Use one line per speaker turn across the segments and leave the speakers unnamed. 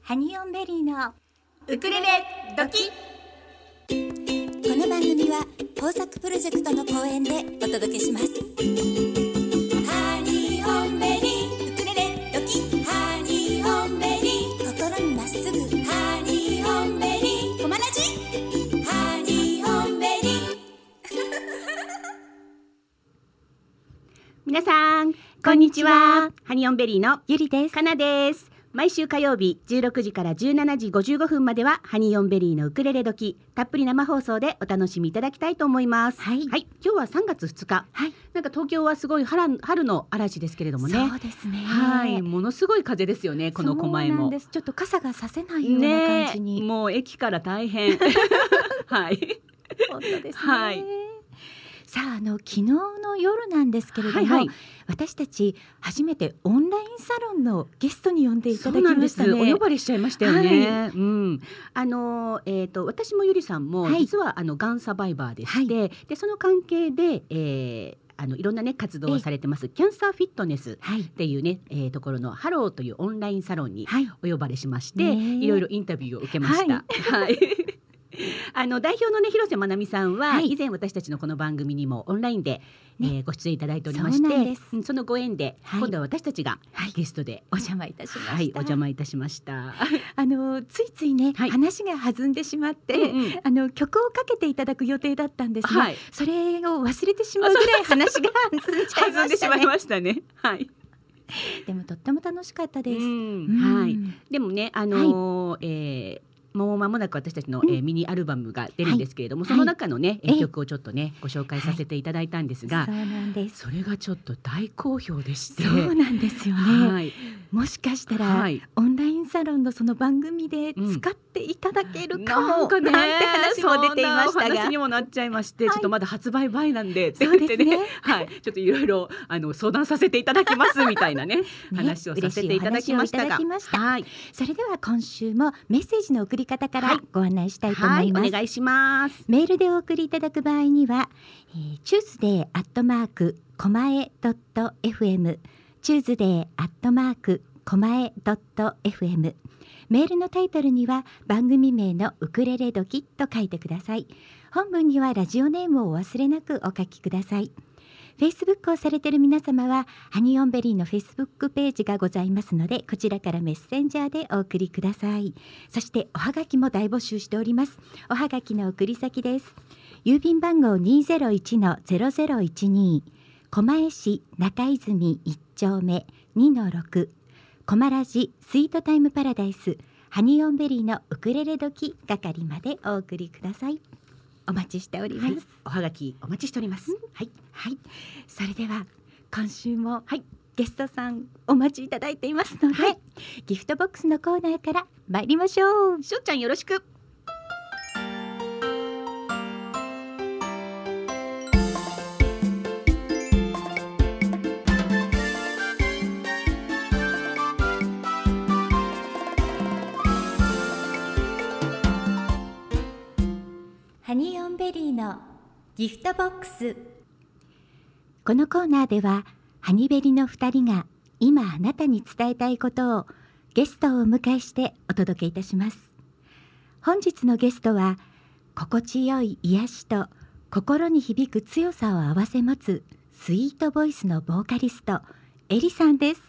ハニオンベリーのウクレレドキ
この番組は工作プロジェクトの公演でお届けしますハニーオンベリーウクレレドキハニーオンベリー心にまっすぐハニーオンベリーコマラジハニーオンベリー
皆さんこんにちはハニオンベリーの
ゆりです
かなです毎週火曜日16時から17時55分まではハニオンベリーのウクレレ時たっぷり生放送でお楽しみいただきたいと思います
はい
今日は3月2日
はい
なんか東京はすごい春春の嵐ですけれどもね
そうですね
はいものすごい風ですよねこの狛江
そうなん
も
ですちょっと傘がさせないような
ね
感じに、
もう駅から 大変はい
本当ですね、
はい
さああの昨日の夜なんですけれども、
はいはい
私たち初めてオンラインサロンのゲストに呼んでい
そ
た
う
だき
なん
ま
で
し
す
たね
お呼ばれしちゃいましたよね。
は
うん、あのえっ、と私もゆりさんも、
はい
実はあのがんサバイバーでして、
は
でその関係で、えー、あのいろんなね活動をされてますキャンサーフィットネスっ
はい
ていうね、えー、ところのハローというオンラインサロンに
はい
お呼ばれしまして、
ねえ
いろいろインタビューを受けました。はい。 あの代表のね広瀬まなみさんは、
はい
以前私たちのこの番組にもオンラインで、
ね
えーご出演いただいておりまして
そうなんです
うんそのご縁で、
はい
今度は私たちが
はい
ゲストで
お邪魔いたしました、
はい、お邪魔いたしました。
あのついついね、
はい
話が弾んでしまって、
うん
あの曲をかけていただく予定だったんですが、
はい
それを忘れてしまうぐらい話が弾んじゃい
弾
ま
んで
し
したまい
ね。
ましたね。 はい。
でもとっても楽しかったです。
うんはい。でもね、あのーえーもう間もなく私たちの、えーミニアルバムが出るんですけれども、
はい
その中のね、
ええ
えー曲をちょっとねご紹介させていただいたんですが、
そうなんです。
それがちょっと大好評でして、
そうなんですよね。
はい、
もしかしたら、
はい、
オンラインサロンのその番組で使っていただけるかも、
かね
なんて話も出ていまし
そ
た
んなお話
が
に。もなっちゃいまして、
はい
ちょっとまだ発売前なんでって
そう
言っ
で
て
す
ね
ね。
はい、ちょっといろいろあの相談させていただきますみたい なね話をさせていただきました
嬉
が
しいお話をいただきました
はい、
それでは今週もメッセージの送り方か
は
ら
い
ご案内したいと思
はいい、
ます。
お願いします。
メールでお送りいただく場合には、えー、チューズデーアットマークコマエドット FM チューズデーアットマークコマエドット FM メールのタイトルには番組名のウクレレドキッと書いてください本文にはラジオネームをお忘れなくお書きください Facebook をされている皆様はハニオンベリーの Facebook ページがございますのでこちらからメッセンジャーでお送りくださいそしておはがきも大募集しておりますおはがきの送り先です。郵便番号201-0012狛江市中泉一丁目2の六。コマラジスイートタイムパラダイスハニーオンベリーのウクレレ時係までお送りください。お待ちしております。
は
はいい、、
おはがきお待ちしております。はい、
それでは今週も、
はい
ゲストさんお待ちいただいていますので、
はい
ギフトボックスのコーナーから参りましょう。
しょっちゃんよろしく。
ハニーオンベリーのギフトボックス
このコーナーではハニベリの2人が今あなたに伝えたいことをゲストをお迎えしてお届けいたします本日のゲストは心地よい癒しと心に響く強さを併せ持つスイートボイスのボーカリストエリさんです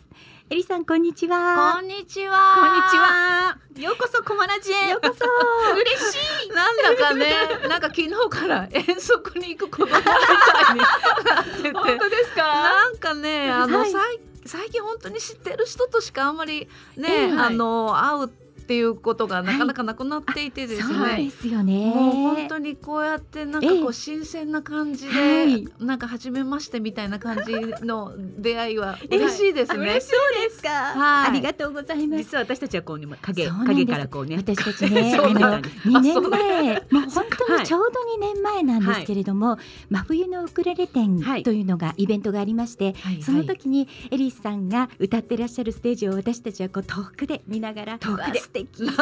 エリさんこんにちは
こんにち
こんにち
は。
は。ようこそコマラジへ。
ようこそ
嬉しい。
こんにちは。なんだかね、 なんか昨日から遠足に行く子供みたいになってて。
ですか。
なんかね、あの、
はい
さい最近本当に知ってる人としかあんまり
え
ね、
え
あの会うっていうことがなかなかなくなっていてですね。
そうですよね
もう本当にこうやってなんか
え
こ
え
う新鮮な感じで、
はい
なんか初めましてみたいな感じの出会いは嬉しいですね。
嬉しいですか。
はい
ありがとうございます
実は私たちはこうね影
そうなんです
影からこうね。
私たちね、
そう
あ
な
の
んです
2年
あそう
前、 もう本当
は
に
い
ちょうど2年前なんですけれども、真冬のウクレレ展
はい
というのがイベントがありまして、
はい
その時にエリスさんが歌ってらっしゃるステージを私たちはこう遠くで見ながら、
遠くで
わあ素敵見な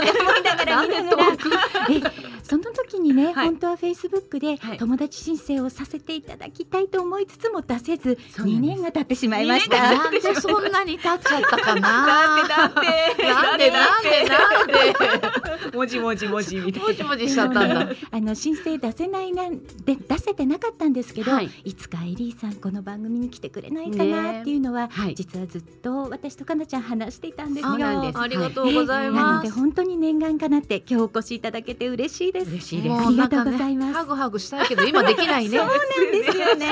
がら見ながら、えその時にね、
はい
本当はフェイスブックで
はい
友達申請をさせていただきたいと思いつつも出せず、
そうな
2
んです
年が経ってしまいまし
な
た。
んでそんなに経っちゃったかな。
だって
なんでなんでなんで
もじもじもじみたい
もじもじしちゃったんだ。
あの申請出せないなんで出せてなかったんですけど、
はいい、
つかエリーさんこの番組に来てくれないかなっていうのは、
はい
実はずっと私とかなちゃん話していたんですよ。
そうなんです
ありがとうござ
な
い
の
ま。
です本当に念願かなって今日お越しいただけて嬉しいです。
嬉しいです
ありがとうございます。
ハグハグしたいけど今できないね。
そうなんですよね。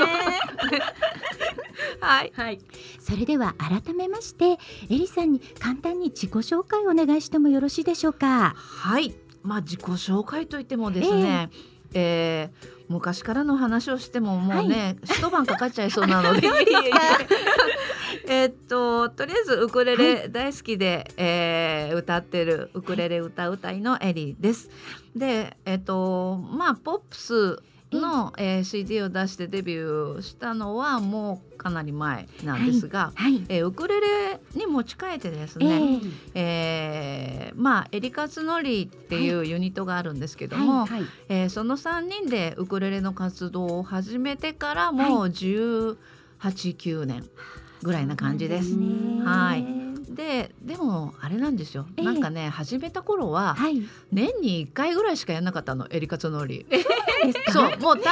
はい。
はい、
それでは改めまして、エリさんに簡単に自己紹介お願いしてもよろしいでしょうか。
はい。まあ自己紹介といってもですね、えー昔からの話をしてももうね、一晩かかっちゃい そうなのでえっととりあえずウクレレ大好きで、えー歌ってるウクレレ歌うたいのエリーです。でえっとまあポップスの、えー CD を出してデビューしたのはもうかなり前なんですが、
はい。
えーウクレレに持ち替えてです
え
ね、
ー
えーまあエリカツノリっていうユニットがあるんですけども、
はい、
えーその3人でウクレレの活動を始めてからもう18、9年ぐらいな感じです。
ね
はいででもあれなんですよ、
ええ
なんかね始めた頃は
はい。
年に1回ぐらいしかやんなかったのエリカツノ リ。
ですか
そうもう誕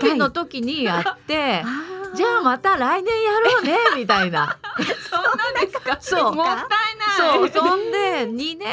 生日の時にやって
あー
じゃあまた来年やろうねみたいな。
そうなんですか
そう
もったい
そ
な
う
い
そんで2年目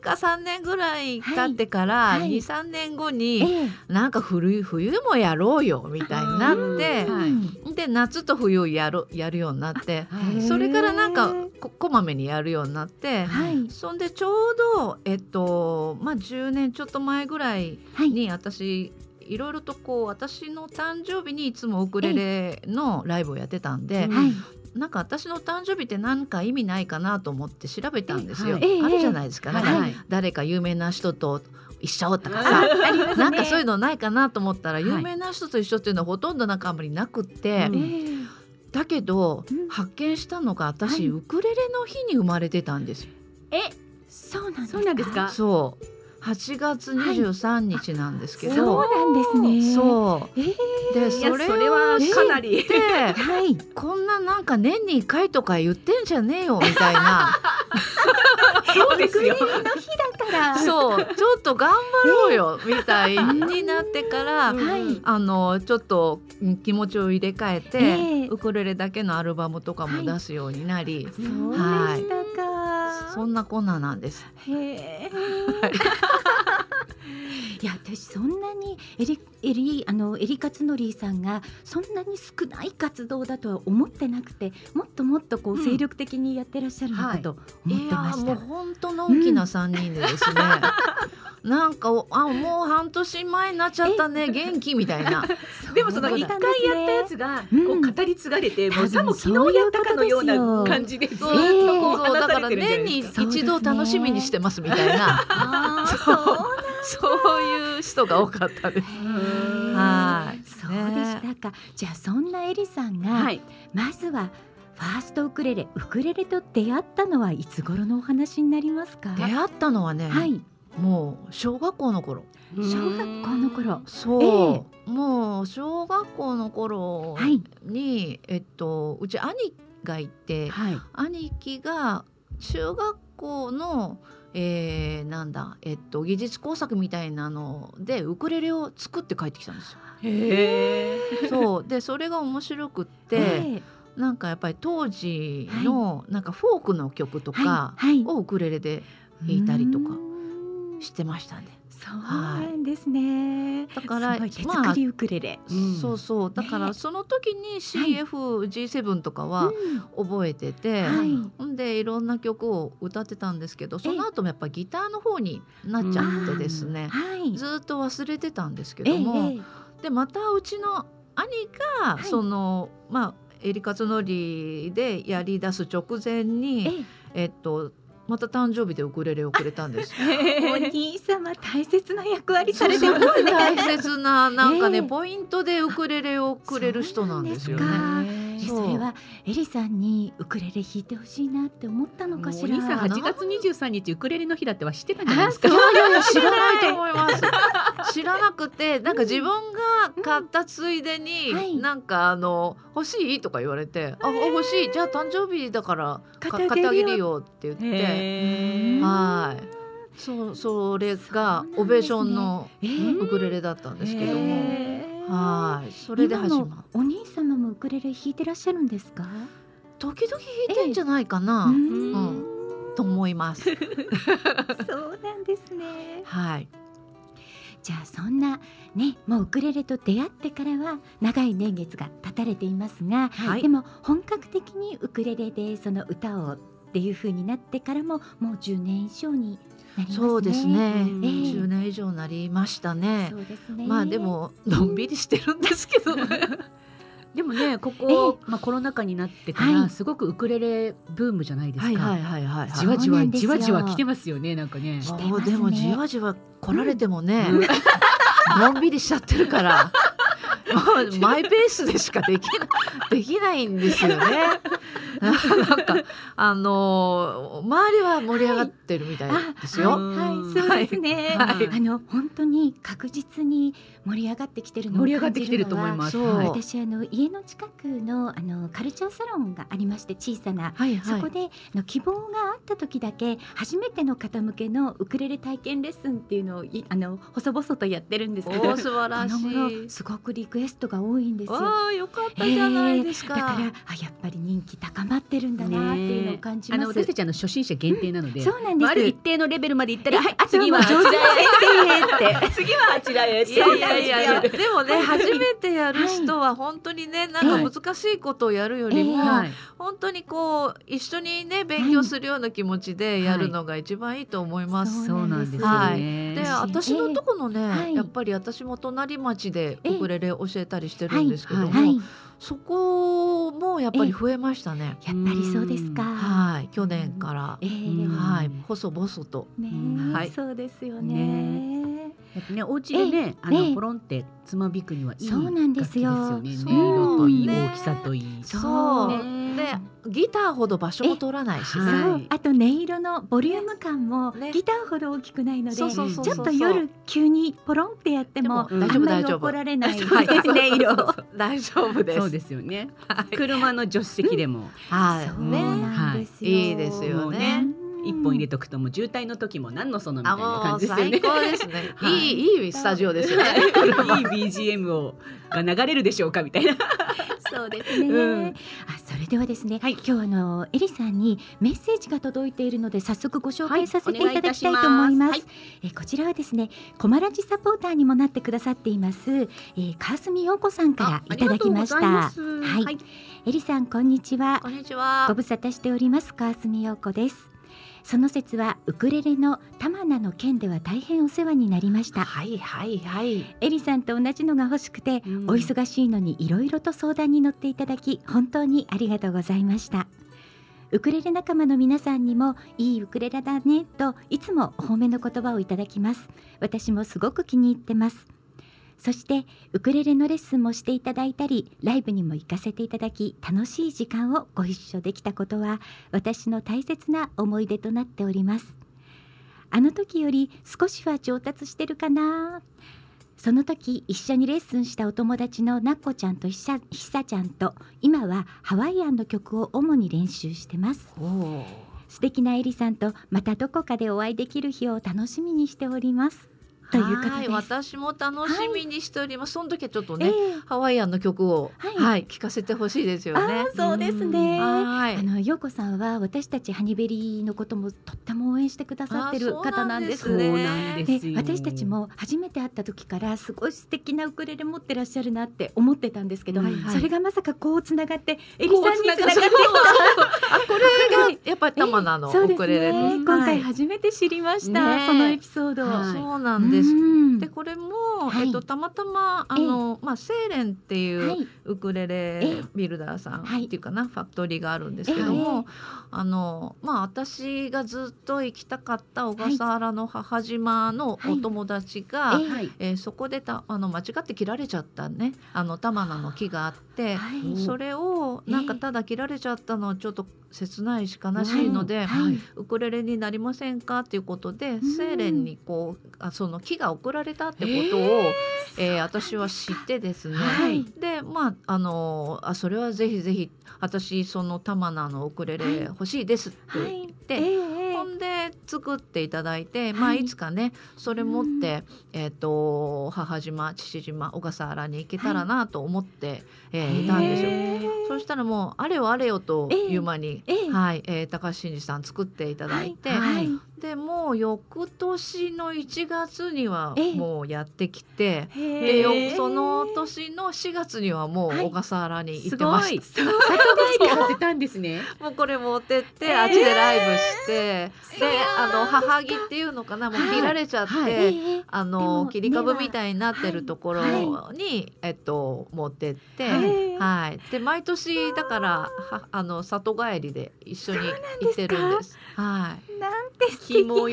か3年ぐらい経ってから、
いはい
23年後
え
に、
ー
なんか古い冬もやろうよみたいになって
う
うん
はい
で夏と冬やるやるようになって
はい
それからなんか
へー
ここまめにやるようになって。
はい
そんでちょうど、えっとまあ、10年ちょっと前ぐらい
はい。
に私いろいろとこう私の誕生日にいつもウクレレのライブをやってたんで、
うん
はい。
なんか私の誕生日って何か意味ないかなと思って調べたんですよ。
え
えはい
あるじゃないですか。なんか
はい
誰か有名な人と一緒とか
あ
さ、
ありますね
なんかそういうのないかなと思ったら、
い
有名な人と一緒っていうのはほとんどなんかあんまりなくって、
うん
えー
だけど、
うん
発見したのが私、
はい
ウクレレの日に生まれてたんですよ。
そうなんですか。
そうなんですか。
そう。8月23日なんですけど、
そうなんですね。
そう。
えー
で
い
そ
やそ
れ
れは
を知っ
かなり
て。
はい。
こんななんか年に1回とか言ってんじゃねえよみたいな
そうですよ
だから。
そうちょっと頑張ろうよみたいになってから、
うん
はい。
あのちょっとうん気持ちを入れ替えて、
ええ
ウクレレだけのアルバムとかも出すようになり、
そうで
はい
したか。
そんなこんななんです。
へえ。いや私そんなにエリエリあのエリカツノリーさんがそんなに少ない活動だとは思ってなくてもっともっとこう
うん
精力的にやってらっしゃるのかと思ってまし
いやーも
た。
う本当の大きな三人でですね、なんかおあもう半年前になっちゃったね元気みたいな
でもその
そう
一
だ
回やったやつが
うん
こう語り継がれて、もう
多分
さも昨日やったかのような
そういうことですよ
感じでずっと
そう
こう
そう
話
だか
され
ら
てるんじゃな
年
い
に
ですか。
一度楽しみにしてますみたいな。
あーそう
そういう人が多かったです。はい。
そうでしたか。じゃあそんなエリさんが、
はい、
まずはファーストウクレレウクレレと出会ったのはいつ頃のお話になりますか。
出会ったのはね、
はい。
もう小学校の頃。
小学校の頃。
そう。もう小学校の頃
はい。
に、えっとうち兄がいて、
はい、
兄貴が中学校のえー、なんだえっと技術工作みたいなのでウクレレを作って帰ってきたんですよ。
へ
そうでそれが面白くって、
ええ
なんかやっぱり当時の、なんかフォークの曲とか
はいはい
をウクレレで弾いたりと
う
か
ーん
してましたね。
そうなんですね。
だから
すごい手
ま
作
あ
りウクレレ。
うん
そうそうだか
ね
らその時に CFG7 とかは覚えてて、
はい
ほんでいろんな曲を歌ってたんですけどその後もやっぱギターの方になっちゃってですね、
はい。
ずーっと忘れてたんですけ
え
ど
え
も、
ええ
でまたうちの兄が、
はい
そのまあエリカツノリでやり出す直前に、
ええ
えっと、また誕生日でウクレレをくれたんです。
お兄様大切な役割さ
そ
れ
れす
て
ご
ま
い
すね。
大切な、なんかね、
ええ
ポイントでウクレレをくれる人なんですよ
そうな
ね。
んですかえそれはエリさんにウクレレ弾いてほしいなって思ったの
もう
か
お
しら。
兄さん8月23日ウクレレの日だっては知ってたんじゃないです
い
か。
やいやいや知らないと思います。知らなくて、なんか自分が買ったついでに、
うんはい
なんかあの欲しいとか言われて、あ、欲しい。じゃあ誕生日だからか
買っ
買ってて
あ
あ
げ
げ
る
るよって言って、
ー
へー
はそうそれ
そうな
が
んですね
オベーションの
え
うん
ウクレレだったんですけども、
え
はいそれで始まる
今のお兄様もウクレレ弾いてらっしゃるんですか、
時々弾いてんじゃないか
う
な、
ん
と思います
そうなんですね
はい
じゃあそんなねもうウクレレと出会ってからは長い年月が経たれていますが、
はい
でも本格的にウクレレでその歌をっていう風になってからももう10年以上になりますね
そうですね、
うん
10年以上になりましたね
そうですね
まあでものんびりしてるんですけどね
でもねここ、まあ、コロナ禍になってから、
はい
すごくウクレレブームじゃないですか、
はいはいはいはい
じわじ
そうな
わ
んです
じ
よ
わじわ来てますよねなんかね
来て
も
ま
う
すね
でもじわじわ来られてもね、
うん
のんびりしちゃってるからもうマイペースでしかできなできない んですよね。 なんかあのー周りは盛り上がってるみたいですよ。
あはい、そうですね。
はい
あの本当に確実に盛り上がってきてるのを
盛り上がってきてると思い
す。
ます
そう
はい
私あの家の近くのあのカルチャーサロンがありまして小さな。
はい
そ
はい
こ。であの希望があった時だけ初めての方向けのウクレレ体験レッスンっていうのをいあの細々とやってるんです
お
けど
ー素晴
こ
らし
の頃
い。
すごくリクエストが多いんですよ。
ああよかったじゃないです
だ
か。
からあやっぱり人気高まってるんだなっていうのを感じ
あ
ま
の
す。
私たちあの初心者限定なので、
そうなんです。
まあ、ある一定のレベルまでいったら、はい、
あ
次はあちら
上手な
へって次はあちらへって
いやいやいやいや
は
でもね初めてやる人は本当にねなんか難しいことをやるよりも、
ええ
い、
本当にこう一緒にね勉強するような気持ちでやるのが一番いいと思います。
そうなんです
は
よ
い
ね、
で
え
私のとこのね、
はい
やっぱり私も隣町でウクレレ教えたりしてるんですけど も、
はい、や
そこもやっぱり増えましたね。
っぱりそうですか。
はい去年から
え、え
うん
はい細々と
ねえ、
はい
そうですよね。
やっぱねお家でねあ
ええ
のポロンってつまびくにはいい
そうなんですよ
楽器ですよね
そう
音色といい、
ね
大きさといい
そう
ね
でギターほど場所も取らないし、
え
ね
はい
そうあと音色のボリューム感も
ね
ギターほど大きくないので、
そうそうそう
ち
そ
ょ
う
っと夜急にポロンってやっても
でも大
あ
丈
ん
夫
ま
大
り
丈夫
怒られない
はい
ですね色。
大丈夫です
そうですよね、車の助手席でも
はい
そう
ね
なんですよ。
はいいいですよね
うん
一本入れとくともう渋滞の時も何のそのみた
あ
いな
も
感
う
じですよ
最
ね
高ですね、
はい
い、いいいスタジオですよね
いい BGM をが流れるでしょうかみたいな。
そうですね。
うん
あ、それではですね、今日あのエリさんにメッセージが届いているので早速ご紹
は
介
い
させていただきたいと思います。えこちらはですね、コマラジサポーターにもなってくださっています、えー、川澄陽子さんからいただきました。は
はいい、
エリさんこんにちは
こ。んにちは
ご無沙汰しております川澄陽子です。その説はウクレレの玉名の件では大変お世話になりました。
はいはいはい
エリさんと同じのが欲しくて、
うん
お忙しいのにいろいろと相談に乗っていただき本当にありがとうございましたウクレレ仲間の皆さんにもいいウクレレだねといつもお褒めの言葉をいただきます私もすごく気に入ってますそしてウクレレのレッスンもしていただいたりライブにも行かせていただき楽しい時間をご一緒できたことは私の大切な思い出となっておりますあの時より少しは上達してるかなその時一緒にレッスンしたお友達のなっこちゃんとひさひさちゃんと今はハワイアンの曲を主に練習してます
おお
素敵なエリさんとまたどこかでお会いできる日を楽しみにしておりますということ
は
で
い
す
私も楽しみにしております、その時はちょっと
え
ね、ハワイアンの曲を
は
はいい、聞かせてほしいです
え
よね
あーそうですね
は
あ
い
の陽子さんは私たちハニベリーのこともとっても応援してくださってる方なんです
そう
ね。
なんで
です
よ。
私たちも初めて会った時からすごい素敵なウクレレ持ってらっしゃるなって思ってたんですけど、
はいはい
それがまさかこうつながってエリさんにつながって
そうあこ れがやっぱり玉名の
そう
ウ
で
ク
す
レレの、
ね今回初めて知りました、
ねえ
そのエピソード、
はい
そうなん
う
です、
ん
でこれも、
はい
えっと、たまたまあの、まあ、セーレンっていう、
はい
ウクレレビルダーさん
はい
っていうかな、ファクトリーがあるんですけども、あのまあ私がずっと行きたかった小笠原の母島のお友達が、
はいえ
はい、
えーそこでたあの間違って切られちゃったねあの玉名の木があって
はい
それをなんか
ええ
ただ切られちゃったのはちょっと切ないし悲しいので、
はいはい
ウクレレになりませんかっていうことで
ん
セーレンにこうあその木が送られたってことを、えー私は知ってですね、
はい
でまああのあそれはぜひぜひ私その玉名のウクレレ欲しいですって
は
言
い
って、
ええ
ほんで作っていただいて、まあ、
はい
いつかねそれ持って、えっと母島父島小笠原に行けたらなと思って、えーいたんですよ。そしたらもうあれよあれよという間に、
ええ
はい、えー高橋真司さん作っていただいて、
はい
でもう翌年の1月には
ええ
もうやってきて、でよ
へえ
その年の4月にはもう
はい
小笠原に行
す
ってま
ご
し
い。
た、
そう里帰りさせたんですね。
もうこれ持ってって、あっちでライブしてであの母木っていうのかなもう
はい
切られちゃって。
はい
えええ
あ
でも
の切り株みたいになってるところ
は
に、
い
えっと、持ってって、
は
はい
い
で毎年だからはあの里帰りで一緒に行ってるんです。はい、
なんて素
気
敵な
も喜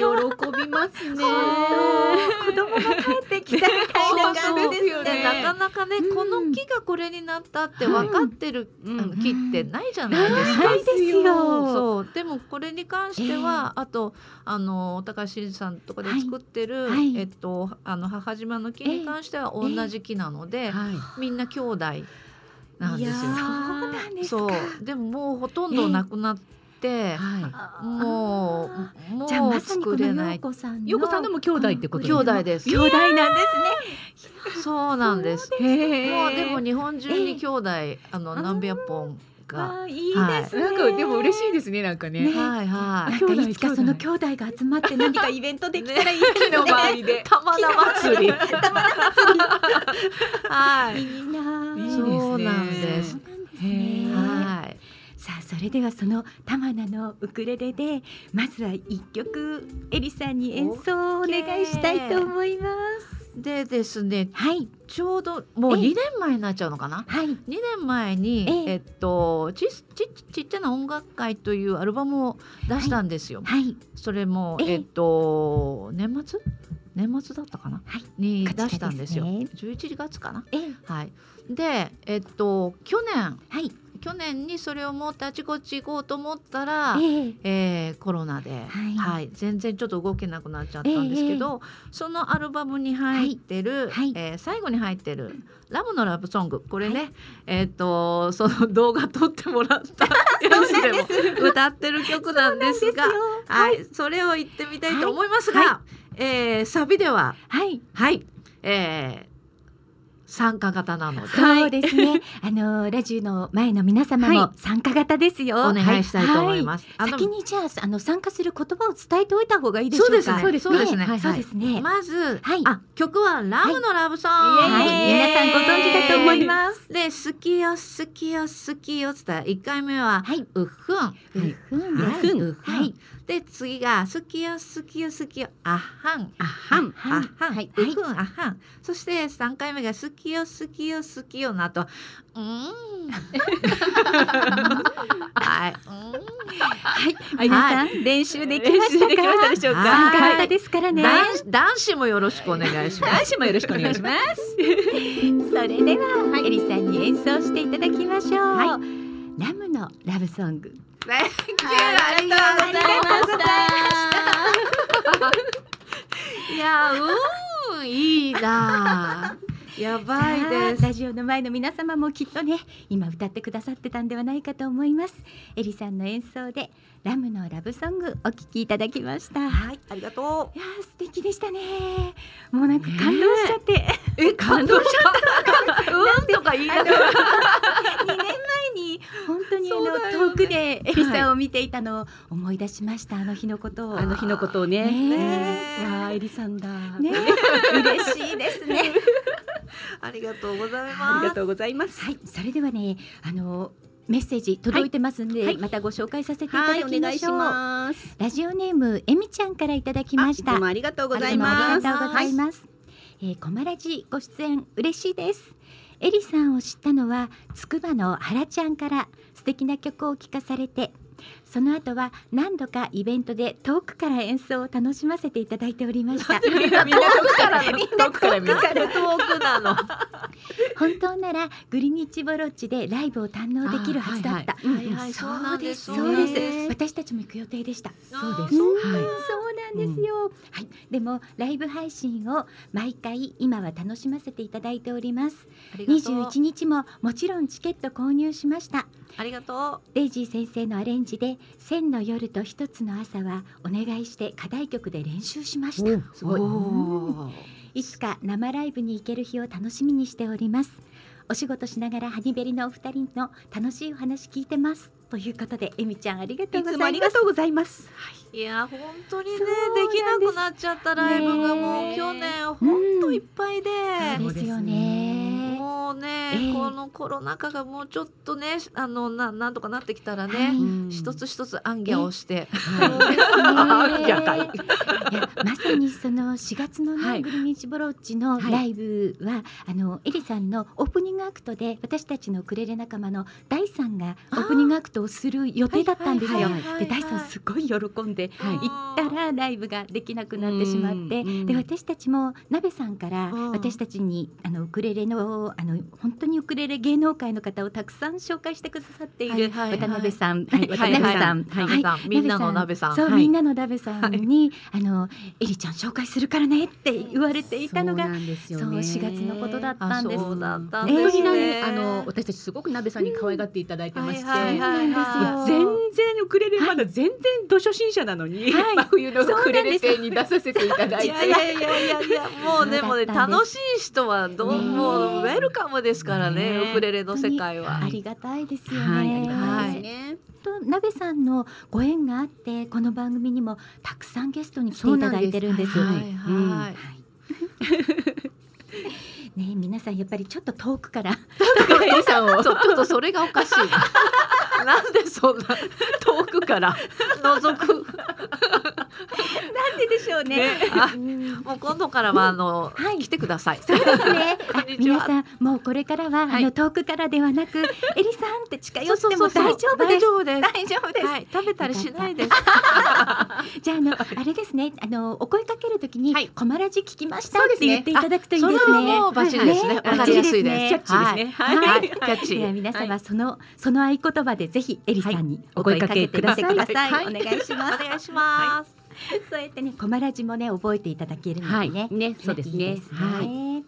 びますね。
子供が帰ってきたみたいな感じです
そうそう
で
ね
なかなかね、
うん
この木がこれになったって分かってる、
うん
あの
うん
木ってないじゃないですか。
ないですよ。
そうでもこれに関しては、あとあの高橋真司さんとかで作ってる、
はいはい
えっと、あの母島の木に関しては同じ木なので、
はい。
みんな兄弟なんですよ。
そうなんです
そ
か。
うでももうほとんどなくなって、
は
も
あ
うも
じゃあ
う
まさにこ
作れ
の
な
陽
い
子さんの
い。ようこさんでも兄弟ってこと
兄弟です
兄弟なんですね。
そうなんです
す。へえ。
もうでも日本中に兄弟、あの
あー
何百本が、
わあいい
はい
ですね。
なんかでも嬉しい
で
ですねなんかね。
ね
はいはい
なんかいつかその兄弟が集まって何 かイベントできたらいいです
木の
ね。
周りで。
玉田祭りはい
いいなあ。
いいですね
そうなんで
そ
す
うなんです
へ
ね。
え
はい
さあそれではその玉名のウクレレでまずは一曲エリさんに演奏をお願いしたいと思います。
でですね
はい
ちょうどもう
ええ
2年前になっちゃうのかな
はい
2年前に、
ええ
えっと、ちちちっちゃな音楽会というアルバムを出したんですよ。
はい
それも、
ええ
えっと、年末年末だったかな、
はい
に
こちら
出したんですよ。
ですね
11月かな、
ええ
はい、で、えっと、去年
はい
去年にそれを持ってあちこち行こうと思ったら、
ええ
えーコロナで、
はい
全然ちょっと動けなくなっちゃったんですけど、そのアルバムに入って
はい
る、
はい
えー最後に入ってる「ラムのラブソング」これね、えっ、とその動画撮ってもらったやつでも歌ってる曲なんですが
そうなんですよ
はい、それを言ってみたいと思いますが、えーサビでは
はい
はい、えー、参加型なので
そうですね。あのラジオの前の皆様も
は
参加型ですよ。
お願いしたいと思います。
は
あの
先にじゃああの参加する言葉を伝えておいた方がいいでしょう
そう
か。
ですね
ね
そうですね
はい
はい
そうですね。
まず、
はい
あ曲はラムのラブソング、
はい、
イエー
皆
イ
さんご存知だと思います。
で好きよ好きよ好きよっつったら一回目は
はい。
うっふん、
う
い
ふん
う
で
っ
す。
ふん
うっふん
はい
で次が好きよ好きよ好きよあはん
あはん。
あ
はい
はん、
は
はいい、うっふんあはんそして三回目が好きよ好きよ好きよの後うーん はいうーん
はい。皆さん練習できました
練習できました
か
でしょうか
参加型ですからね。
男子男子もよろしくお願いします
男子もよろしくお願いします。
それでは、エリさんに演奏していただきましょう。ラムのラブソング。
ありがとうございます。いやうーんいいな。やばい
さあ
です。
ラジオの前の皆様もきっとね、今歌ってくださってたんではないかと思います。エリさんの演奏でラムのラブソングお聞きいただきました。はい。
ありがと
いやー素敵でしたね。もうなんか感動しちゃって。
う。え感動しちゃった。うんとか言いな
2
がら。
年前に本当にあ
そうだよ
の
ね
遠くでエリさんを見ていたのを思い出しましたあの日のことを。
あの日のことをね。
ね
え
わあエリさんだ。
ね、嬉しいですね。
ありがとうござい
あり
ま
がとうございます。
はい、それではね、あのメッセージ届いてますんで、
はいはい
またご紹介させていただ
はいお
きま
願いし
しょう。
ます。
ラジオネームえみちゃんからいただきまし
いつ
た。
もありがとうござい
あ
ま
り
す。
がとうございます。えー、コマラジご出演嬉しいです。エリさんを知ったのはつくばの原ちゃんから素敵な曲を聴かされて、その後は何度かイベントで遠くから演奏を楽しま せていただいておりました。
みんな遠くからの遠くから見る
す。遠くなの。
本当ならグリニッチボロッチでライブを堪能できるはずだった。
はいはいはいはいそうなんです
そうです。
そうなんです
私たちも行く予定でした。
そう
う
です。
ん
はい。
そうなんですよ、はい、でもライブ配信を毎回今は楽しませていただいております
ありがとう
21日ももちろんチケット購入しました
ありがと
デイジー先生のアレンジで「千の夜と一つの朝」はお願いして課題曲で練習しました
う
すごい。
おー
いつか生ライブに行ける日を楽しみにしておりますお仕事しながらハニベリのお二人の楽しいお話聞いてますということでえみちゃんありがとう
い
ござ
つ
い
も
ま
あ
す
りがとうございます。
いや本当にね
そうなんです
できなくなっちゃったライブがも
ね
う
え
去年本当いっぱいで、
そうですよね
もうね、
ええ
このコロナ禍がもうちょっとねあのななんとかなってきたらね、
はい
一つ一つアンギャをして、
はい
ね
やだい
いやまさにその4月のね、
はい
グリニッチボロッチのライブは、あのエリさんのオープニングアクトで私たちのウクレレ仲間の大さんがオープニングアクトをする予定だったんです
はい
よ
はいはい
はいは。い
で大さんすごい喜んで
はい
行ったらライブができなくなってしまって
うん
で私たちも鍋さんから
うん
私たちにあのウクレレのあの本当にウクレレ芸能界の方をたくさん紹介してくださってい
はい
る
はいはい
渡辺さん、
はい
渡
はい
辺さん、
はい
鍋さんみんなの鍋さん
そう、
はい
みんなの鍋さんに、あの、えりちゃん紹介するからねって言われていたの
そう
が。
なんです
そう、
よね
4月のことだっ
あ
たんです。
あ
そ
そううだったん
本
で
当
す
に
ね、
ね、あの私たちすごく鍋さんに可愛がっていただいてまして、
はいはいはいはい
全然ウクレレまだ全然ど初心者なのに、
はい
真冬のウクレレ展に出させていただい
い
て、
やいやいやいやいやもうねもう
そ
ね
うだったんです
楽しい人はどう
ねえ
もうウェルカムですからね
ねえ
ウクレレの世界は
あ。りがたいですよ
はいあり
ね。
が
た
はいい
で
ね。
と、鍋さんのご縁があって、この番組にもたくさんゲストに来ていただいてるんです。
そう
は
なん
い
うん
はい。
ね、皆さんやっぱりちょっと遠くから。
皆さんを
ちょちょっとそれがおかしい。 なんでそんな遠くから覗く。
なんででしょう ね。
あもう今度からはあの、
はい
来てください。
ね、あ
こんにちは
皆さんもうこれからは、
はい
あの遠くからではなく、えりさんって近寄
そう
っ
そう
て
そ
も
うそう
大丈夫です。
大丈
大丈夫
夫
で。
ですす。はい、食べたりしないです。
じゃああのあれですねあのお声かけるときに、
はい
コマラジ聞きましたっ
そうで
て
すね
言っていただくといいですね。
それはもうバッチリですね。わ、
はい
かりやすいです。
バ
ッチリですね
はい、
はい
はい、キャッチ
では
ー。
皆様その、その合言葉でぜひエリさんにお
お
声
声
か
か
けく
けく
ださ
だ
い。は
さい
い
はい
お願いします。
お願いします。
そうやってねコマラジもね覚えていただけるのでね。
ね、そうですね。
いいですねはい。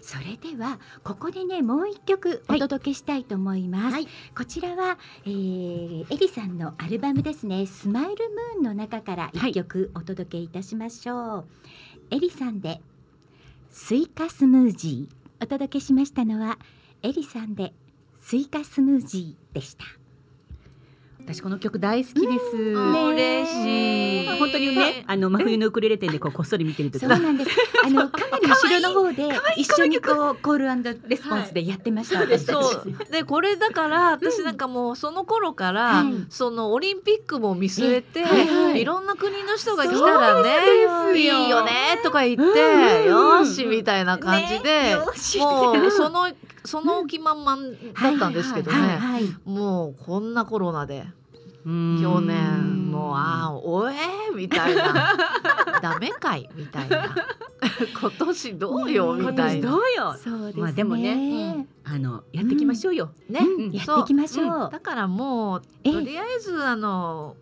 それではここでねもう一曲お届けしたいと思います。
はい
こちらは、えー、エリさんのアルバムですね。スマイルムーンの中から一曲お届けいたしましょう。エリさんでスイカスムージーお届けしましたのはエリさんでスイカスムージーでした。
私この曲大好きです。
ね
嬉しい。
本当にね、あの真冬のウクレレ展でこうこっそり見てるとき
そうなんです。あのかなり後ろの方で一緒にこうコールレスポンスでやってました。私たち
そうでこれだから私なんかもうその頃か
は
ら、
い
そのオリンピックも見据えて、
はい
い
はい
ろんな国の人が来たら
そう
ね
です
いい
よ
よねとか言って、
うん
よーしみたいな感じで、
よし
もうそのその気満々だったんですけどね、
はいはい。
もうこんなコロナで去
去
年もうああおえーみたい なダメかいみたいな 今年どうよ
ね
み
今
たい
年
な
どうよ。
そうですね。
まあでもね
うん
あのやっていきましょうよ。
ね
うん
うん
やっていきましょう。
だからもう
ええ
とりあえずあの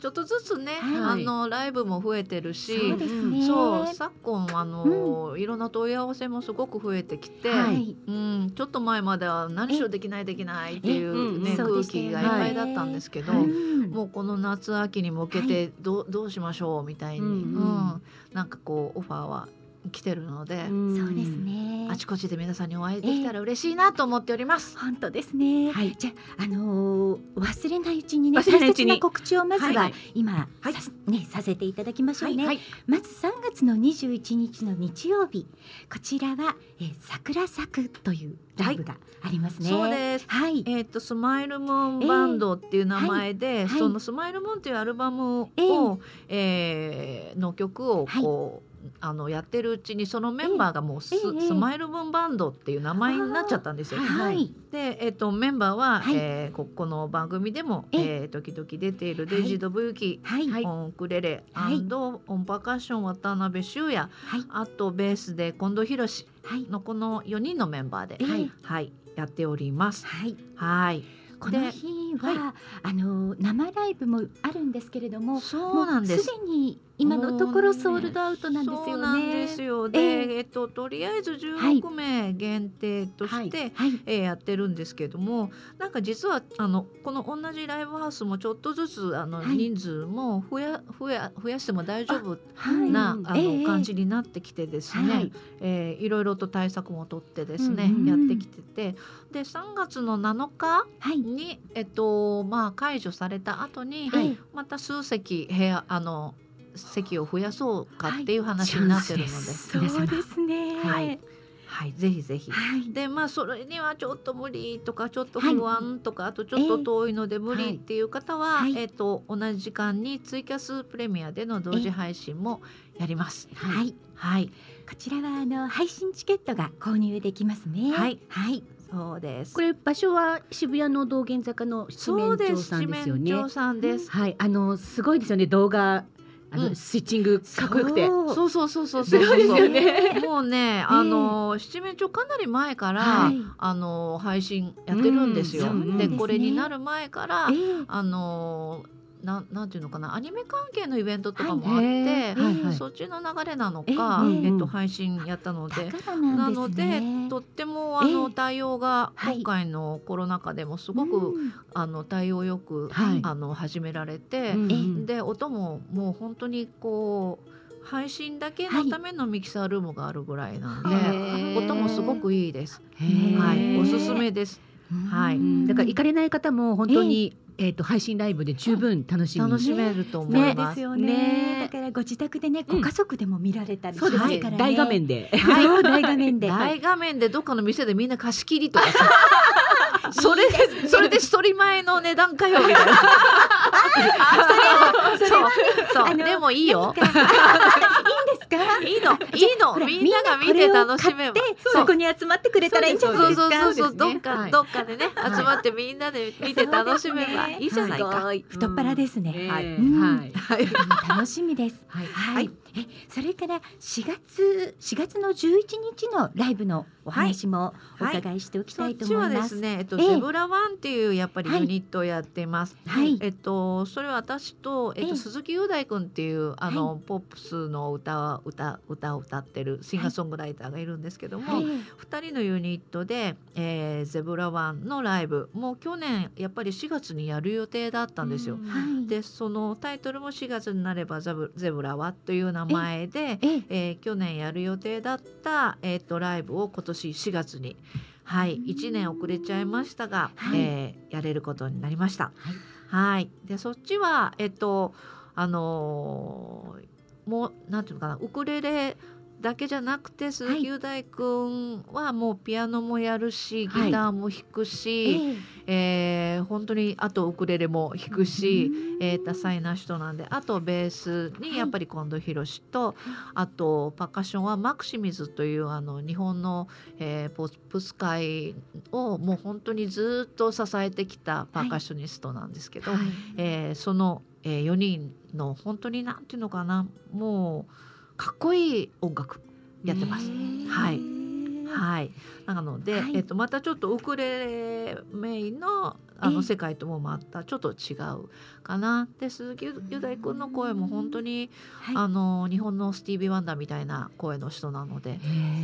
ちょっとずつね、
はい
あのライブも増えて
そ
る
う
し
ですね。
そう昨今あの、いろんな問い合わせもすごく増えてきて、
はい。
うん、ちょっと前までは何しろできないできないってい
えうんう
うんね、
そうで
空
したよ
気
ね
がいっぱいだったんですけど、
はい
うん
もうこの夏秋に向けてど,、うどうしましょうみたいに、
う
うんん
うん
なんかこうオファーは来てるので、
そうです。ね
あ。ちこちで皆さんにお会いできたら嬉しいなと思っております。
本当ですね。
はい
じゃあ、あのー忘れないうちにね、
忘れ
大
ないう
切
ちに
な告知をまず
は
はい今
はい
さねさせていただきましょうね。
はい。
まず3月の21日の日曜日こちらは、えー、桜咲くというライブがありますね。
そうです
はい。
えー、とスマイルムーンバンドっていう名前で、
いはい
そのスマイルムーンっていうアルバムを、
え
えーの曲をこう、あのやってるうちにそのメンバーがもうス,、
ええええ
スマイルブンバンドっていう名前になっちゃったんですよ。
はい。
で、えっとメンバーは、
はい
えーここの番組でも、
え
え
え
ー時々出ているデイジー・ドブユキ、
はい。はい。
オンウクレレ、
はい
オンパーカッション渡辺修也
はい。
あとベースで近藤博史
はい。
のこの4人のメンバーで、
ええはい。
はい、やっております。はい、
この日は、あの生ライブもあるんですけれども、
そうなんです
もうすでに今のとこ
も
ろ
うね
ソールドアウトなんですよね。
そうなんですよ。で、
え
えっととりあえず16名限定として、
はい。
えーやってるんですけどもなんか実はあのこの同じライブハウスもちょっとずつあの
はい
人数も増や増や増やしても大丈夫
はい。
な、
うん
あ
ええ
の感じになってきてですね、
はいい
えーいろいろと対策も取ってですね、
うん
や
うん
ってきててで3月の7日
はい。
に、えっとまあ、解除された後に、
はい
えまた数席部屋あの席を増やそうかっていう話になってるので、
そうですね。
はいはい、ぜひぜひ。
はい。
でまあそれにはちょっと無理とかちょっと不安とか、あとちょっと遠いので無理っていう方は、
はい
えっ、と同じ時間にツイキャスプレミアでの同時配信もやります。、
はいい。
はい、
こちらはあの配信チケットが購入できますね。
はい。
はい。
そうです。
これ場所は渋谷の道玄坂の七
そう
面
で
鳥
す。
さ
七
んですよ
面
ね。
鳥さんです。
はい、あのすごいですよね動画あの、
うん
スイッチングかっこよくて。
そう
そうそうそうそうそうそう
ですよ
ね
もうね、あの七面鳥かなり前から、
はい
あの配信やってるんですよ。
うんそうなんで
で
す
ね
これになる前から、
ええ
あのなんなんていうのかなアニメ関係のイベントとかもあっ
は
て、
いへーはいはい
そっちの流れなのか、
え
え
えええ
っと、配信やったので。
だから
な
なん
の
です
で
ね。
とってもあの、
ええ
対応が
はい
今回のコロナ禍でもすごく、
うん
あの対応よく、
はい
あの始められて、
うんうん
で音ももう本当にこう配信だけ
は
の
い
ためのミキサールームがあるぐらいなんで、
へー
音もすごくいいです。
へー
はい、おすすめです。はい
うんだから行かれない方も本当に、えっ、と配信ライブで十分楽しみに。
楽しめると思
そ
い
で
うますす。
よね
ね
だからご自宅でね、
うん
ご家族でも見られたりし
そう
ます
で
か
す
らね。
ね、大画面で。
はい。そう大画面で。
大画面でどっかの店でみんな貸し切りとかさそれでそれで一人前の値段かよみたいなそうそう
あの
でもいいよ
何かいいんですか。
いいのいいの
ほら
みんなが見て楽しめば
で、そこに集まってくれたらいいんじゃないで
そ
すか
うそう。そ
そう
うそう、
です
どっ
ね
か、
はい
どっかでね、
はい
集まってみんなで見て楽しめばいいじゃないか。
すご太っ腹ですね。
はい
うん
はい
はい、
楽しみです。
はい
はい、えそれから4月4月の11日のライブのお話もお
はい
伺いしておきた
そっ
いと
ち
思
はいで
ますす。
ね、えっと、
ええ
ゼブラワンっていうやっぱりユニットをやってます。
はい
えっと、それは私と、えっ
え
と、
え
鈴木雄大君っていう、あの、ポップスの歌を、歌、歌を歌ってるシンガーソングライターがいるんですけども。
ええ
二人のユニットで、えーゼブラワンのライブ、もう去年、やっぱり4月にやる予定だったんですよ。
はい。
でそのタイトルも4月になればザブ「ゼブラは」という名前で、
ええ
えー去年やる予定だった、えー、とライブを今年4月に、はい、
うん
1年遅れちゃいましたが、
はい
えーやれることになりました。はいでそっちは、えっとあのーもうなんていうのかなウクレレだけじゃなくて鈴木雄大君はもうピアノもやるし、
はい
ギターも弾く
え
し、えー本当にあとウクレレも弾くし。えー、多彩な人なんであとベースにやっぱり近藤博史と、あとパーカッションはマクシミズというあの日本の、えーポップス界をもう本当にずっと支えてきたパーカッショニストなんですけど、
はい
えーその、えー、4人の本当になんていうのかなもうかっこいい音楽やってます。はいはい、なので、
はい
えっと、またちょっとウクレレメインのあ
え
の
え
世界ともまたちょっと違うかなで鈴木雄大君の声も本当に、
はい
あの日本のスティービー・ワンダーみたいな声の人なので。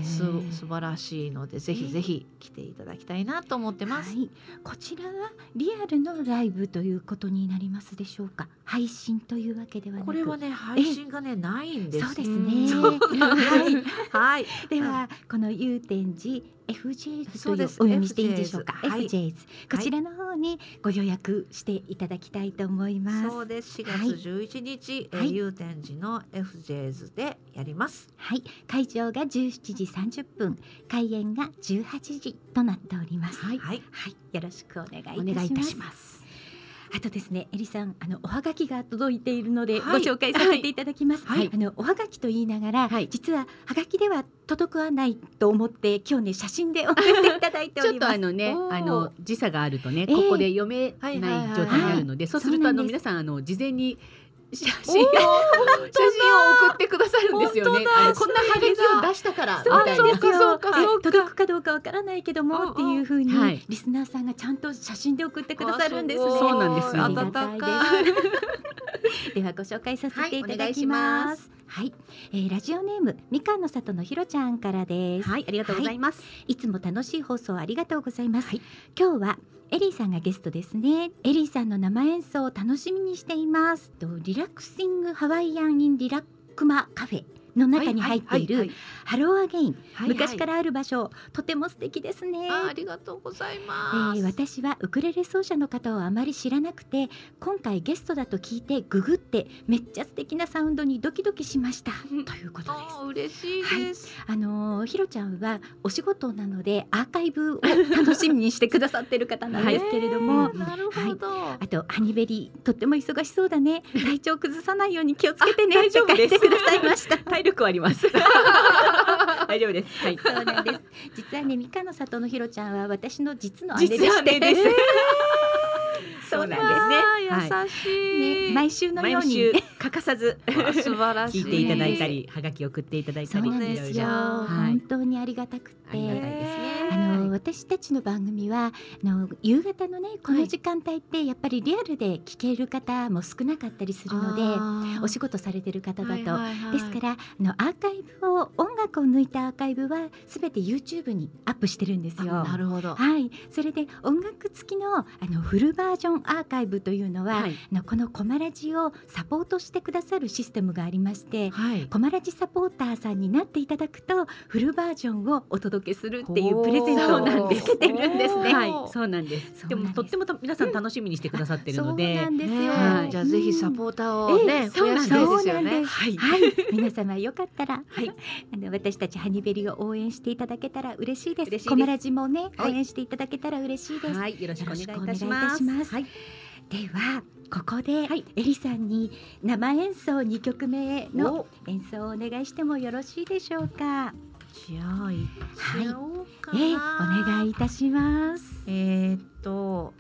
す素晴らしいのでぜひぜひ来ていただきたいなと思ってます。
はい、こちらはリアルのライブということになりますでしょうか配信というわけではなく
これはね配信がねないんです。
そうですね
そうなんです
はい
はい、
ではこの祐天寺 FJs
そ
と
う
い
で
うお
す
読みしていいでしょうか
FJs はい
FJs こちらの方にご予約していただきたいと思います
そうです。4
はい
月11日、え
は
ー
い
祐天寺の FJs でやります。
はい会場が17時30分開演が18時となっております
はい
はい。
はい、よろしくお願いいたしま
お
す
願いいたします。
あとですね、えりさん、あのおはがきが届いているので、
はい
ご紹介させていただきます。
はい
あのおはがきと言いながら、
はい
実ははがきでは届かないと思って、今日ね写真で送っていただいてお
ちょっ
り
と
ます。
あのね
おー
あの時差があるとね
ええ
ここで読めな
はいいはいはい
状態になるのでそうすると
そう
あ
な
の
んで
皆
す
さんあの事前に写真を写真を送ってくださるんですよね
本当だ
あのこんなハガキを出したからみ
そう
た
ないんで
な
すよ。
そうかそうか
え
そうか
届くかどうかわからないけど
うんうん
もっていうふうに、
はい
リスナーさんがちゃんと写真で送ってくださるんですね。
あすごいそうなんですよ
ありがたいです
温かい
ではご紹介させてい
はい
ただき
お願いしま
ます。はい、えーラジオネームみかんの里のひろちゃんから です。
はい、ありがとうございます。
いつも楽しい放送ありがとうございます。今日はエリーさんがゲストですね。エリーさんの生演奏を楽しみにしています。とリラクシングハワイアンインリラックマカフェの中に入ってい
はい
るハローアゲイン
はいはい
昔からある場所とても素敵ですね。
あありがとうござい
え
ます。
ー、私はウクレレ奏者の方をあまり知らなくて今回ゲストだと聞いてググってめっちゃ素敵なサウンドにドキドキしました
うん
ということです
あー嬉しい です。
あのーひろちゃんはお仕事なのでアーカイブを楽しみにしてくださってる方なんですけれども、
えーなるほど。
あとハニベリーとっても忙しそうだね体調崩さないように気をつけてね
あ大丈夫です
って書いてくださいました
体力はあります。 大丈夫です。はい。
そうなんです実はね三日の里のひろちゃんは私の実の姉で
実は
し
ね
て
です。
そうなんです
ですね。優しい。
ね、毎週のよ
毎
うに
週欠かさず
素晴らしい。
聞いていただいたり、はがき送っていただい
そ
た
う
り、
なん
ね
ですよ、
はい
本当にありがたく
ありがたい
て。
です
ね
あの私たちの番組はあの夕方のねこの時間帯ってやっぱりリアルで聞ける方も少なかったりするので、お仕事
事
されてる方だと、
と
ですからあのアーカイブを音楽を抜いたアーカイブはすべて YouTube にアップしてるんですよ。
なるほど。
はい、それで音楽付きのあのフルバージョンアーカイブというのは、
い
あのこのコマラジをサポートしてくださるシステムがありまして、
はい。
コマラジサポーターさんになっていただくとフルバージョンをお届けするっていうプレゼントなんです
おー
けど
てるんですね
はい、そうなんです。
そう
で
なんです
もとってもと皆さん楽しみにしてくださってるので、
そうなんですよ、
は
じゃあぜひサポーターを
え
ね
え
増やしたいですよね。
はい、皆様よかったら、
はい
あの私たちハニベリを応援していただけたら嬉しいです。
嬉しいです
コマラジもね、
はい
応援していただけたら嬉しいです。
はい、よろしくお願いいたし
よろ
ま
しく
す。
お願いいたします
はい、
ではここで、
はい
エリさんに生演奏二曲目の
お
演奏をお願いしてもよろしいでしょうか。
じゃあ行っちゃおうか
ええ、お
な。
願いいたします。
えーっと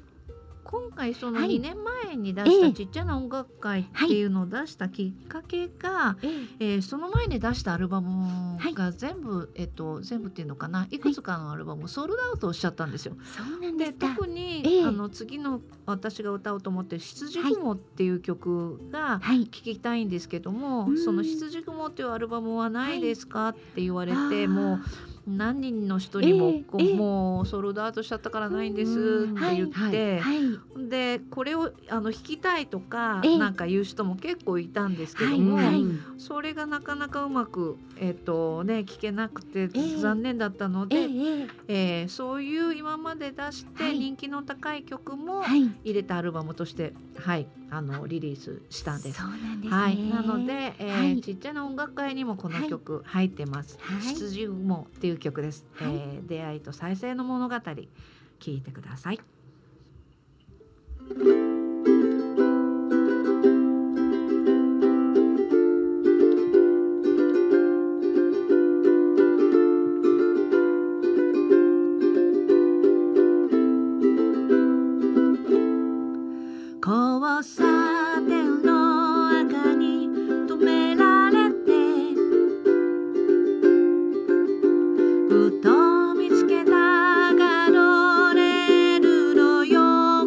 今回その
はい
2年前に出
え
し
え
たちっちゃな音楽会っていうのを出したきっかけが、
え
えーその前に出したアルバム
はい
が全部、えっと全部っていうのかないくつかのアルバムをソールドアウトをしちゃったんですよ。
そうなんで
です
か。
特に、
ええ
あの次の私が歌おうと思ってる「羊雲」っていう曲が
はい
聞きたいんですけども「
うん
その羊雲」っていうアルバムはないですか、って言われ
あ
て
ー
もう何人の人にも
ええ
こう、
ええ
もうソールドアウトしちゃったからないんで
う
す
ん
って言って、
はい、
でこれをあの弾きたいとか、
ええ
なんか言う人も結構いたんですけど
はい
も、
はい
それがなかなかうまく、えっとね、聞けなくて
え
残念だったの
え
で、
え
え
ええ
ーそういう今まで出し
は
て
い
人気の高い曲も
はい、
入れたアルバムとして、はい、あのリリースしたんです。
そうなんですね。
はい、なので、えー
はい
ちっちゃな音楽会にもこの曲入ってます。
はい
羊雲っていう曲です、
はい
えー出会いと再生の物語、聞いてください。交差点の赤に止められてふと見つけたガロレールの横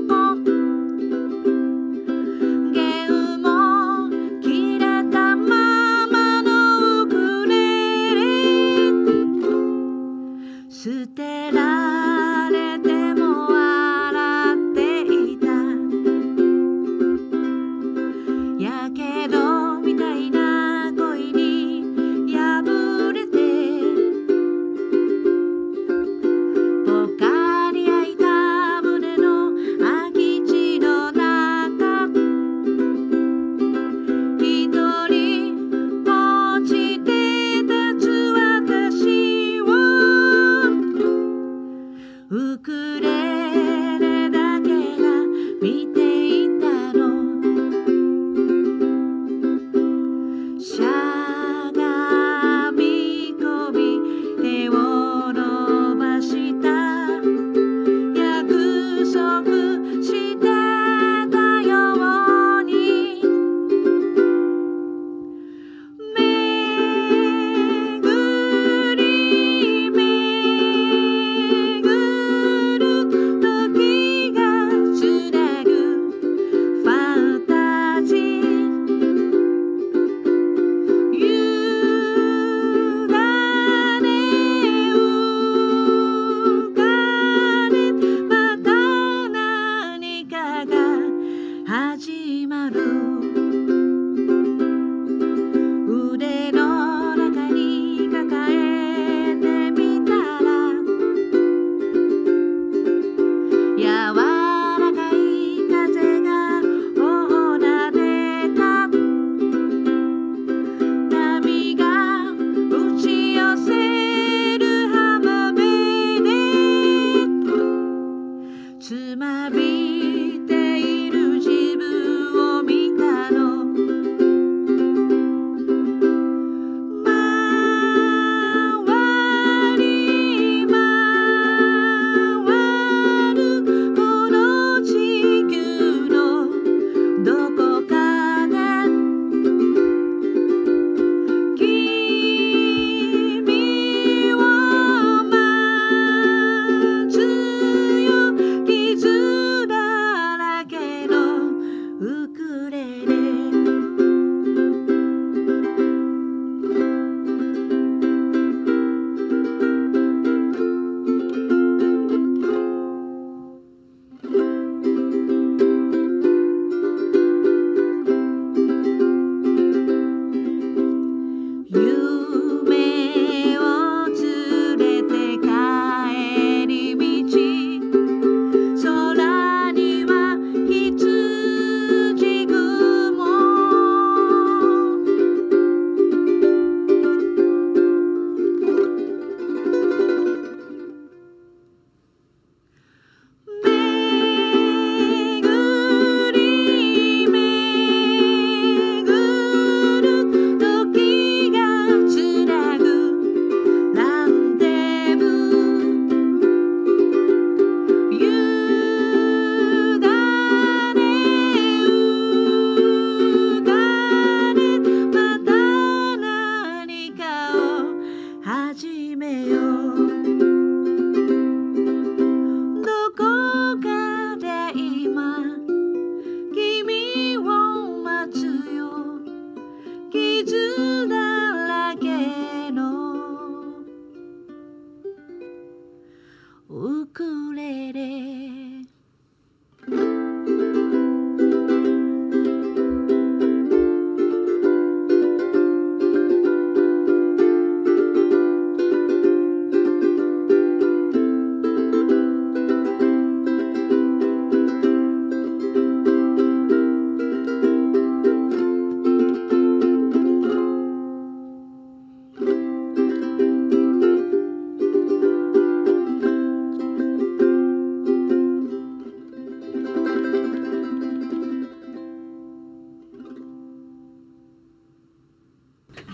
ました
ありがと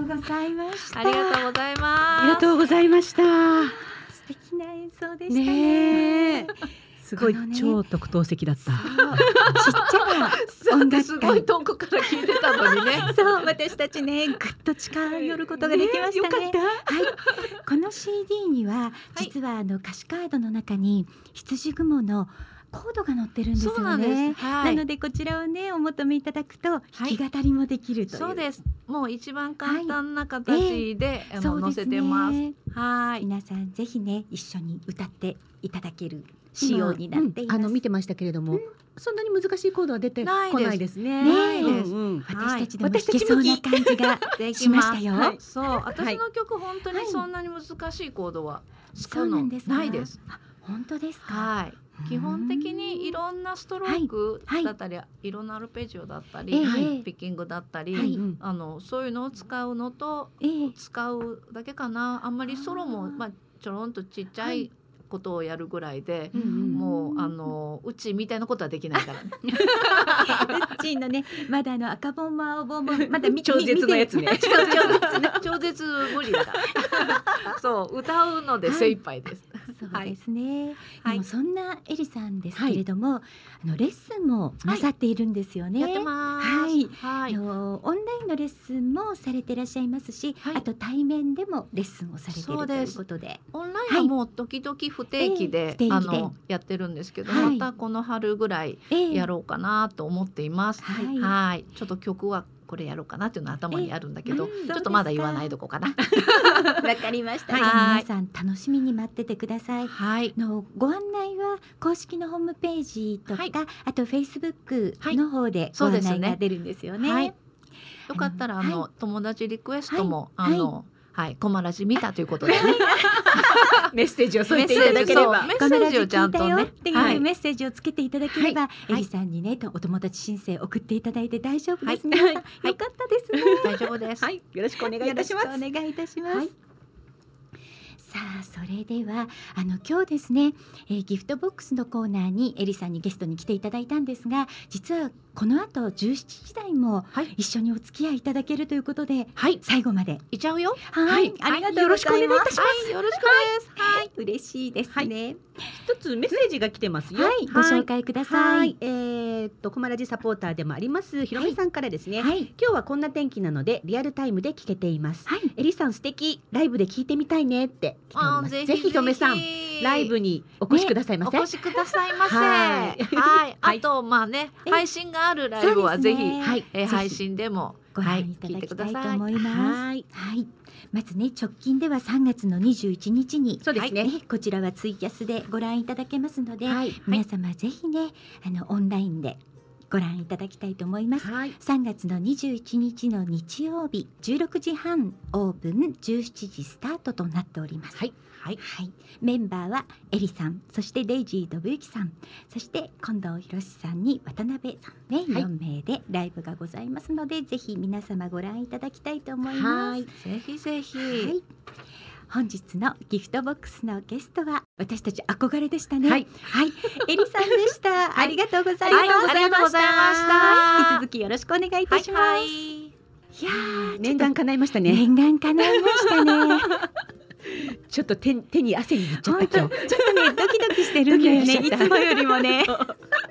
うござい
ありが
ます。
とうございました。
素敵な演奏でしたね
ねえ、すごい
このね
超特等席だった。
ちっちゃな
なん
音
で
楽
すごい遠くから聞いてたのに ね。
そう私たちねぐっと近寄ることができましたね。
ねよかっ
はい、この CD には実はあの歌詞カードの中に羊雲のコードが載ってるんです
そうな
よ
んです。
ね。な
はい
の。でこちらをねお求めいただくと弾
い
き語りもできるという。
そうです。もう一番簡単な形で、あ
そ
の
う
載
で
せ
す
て
ね。
ます。はい。
皆さんぜひね一緒に歌っていただける仕様になっています。
あの見てましたけれども、そんなに難しいコードは出てこ
ないです
ないですね。
ね
ないです
うんうん
私たちでも
はい
弾けそうな感じが
で
しましたよ。
はい
そう、私の曲本当にそんなに難しいコードは使
そううな
の
んですか
ないです。。
あ本当ですか。
はい。基本的にいろんなストローク
はいはい
だったり、いろんなアルペジオだったり、
ええ
はいピッキングだったり、
は
うん
い
うん
あのそういうのを使うのと
ええ
使うだけかな。あんまりソロも
あー
まあちょろんとちっちゃ
はい
ことをやるぐらいで、
うんうん
もう あのうちみたいなことはできないからね。
うっちーのね、まだあの赤本も青本も まだ見
超絶のやつね
見てそう超絶の。
超絶無理 だから。そう歌うので精一杯です。
そうですね。
はい
でもそんなエリさんですけれども、あのレッスンもなさっているんですよね。
やってます。
はい
は
あのオンラインのレッスンもされてらっしゃいますし、
はい
あと対面でもレッスンをされてい
そう
ると
で
い
す
うことで、
オンラインはもう時々不定期で、
ええ
あ
不定期で
のやってるんですけど、
はい
またこの春ぐらい
ええ
やろうかなと思っています。
は
はいい、ちょっと曲はこれやろうかなっていうのは頭にあるんだけど、
ええうん
ちょっとまだ言わないとこかな。
わかりました。
はい
じゃあ皆さん楽しみに待っててください。
はい
あ、のご案内は公式のホームページとか、
はい
あとフェイスブック
はい
の方でご
そう
案
ですね
内が出るんですよね。
はいよかったらあの、
は
友達リクエストも、
はい
あのはいコマラジ見たということで、
メッセージを添
メ
え
ッ
てい
セ
た
ー
だ
ジ
けれ
そう
ば。
メ
カ
ッ
メ
セ
ラ
ージ
ジ
をちゃ
聞
ん
いた
と
よっ
ね
てい
は
う
い
メッセージをつけていただければ、
い
エリさんにねとお友達申請送っていただいて大丈夫です、
はい
皆さんよ
い
かったですね、
大丈夫です。
はい、よろしくお願い
よ
い
ろ
た
し
し
く
ま
お
す。
願いいたします、
はい
さあそれではあの今日ですね、えーギフトボックスのコーナーにエリさんにゲストに来ていただいたんですが実はこの後17時台も
はい
一緒にお付き合いいただけるということで
はい、
最後まで
いちゃうよ。
はい、ありがとうございます
はい、よろしくです。はい、
嬉しいですね
一つメッセージが来てますよ。
はい、ご紹介くださ
はいい、えーっと、コマラジサポーターでもあります、ひろみさんからですね。
はい
今日はこんな天気なので、リアルタイムで聞けています。
はい
えりさん素敵、ライブで聞いてみたいねって来ております。ぜひ、ひろみさん、ライブにお越しくださいませ。
お越しくださいませ。
は
はいい、あと、まあね、
え
配信があるライブは
そうで
ぜ
すね
ひ、
はい
え
ぜ
ー
ひ
配信でも、
ご
は
覧
い
いただきたいと
聞いてく
思い
だ
ます。は
はいい、
まずね直近では3月の21日に、
そうですね。
ねこちらはツイキャスでご覧いただけますので、
はい、
皆様ぜひねあのオンラインでご覧いただきたいと思います。
はい、
3月の21日の日曜日16時半オープン17時スタートとなっております。
はい、
はい、
はい、メンバーはエリさん、そしてデイジー・ドブユキさん、そして近藤博さんに渡辺さんね、
はい
4名でライブがございますので、ぜひ皆様ご覧いただきたいと思いま
は
す
い。、
ぜひぜひ、
はい、本日のギフトボックスのゲストは私たち憧れでしたね。は
はいい、
エリさん でした。ありがとうございます。
はいありがとうございました
はい引き続きよろしくお願いいたします。、
はいい、
やー
念願叶いましたね。
念願叶いましたね。
ちょっと手に手に汗握っちゃった今日。
ちょっとねドキドキしてるんだよね。
ドキ
い
ドキしちゃった
つもよりも ね。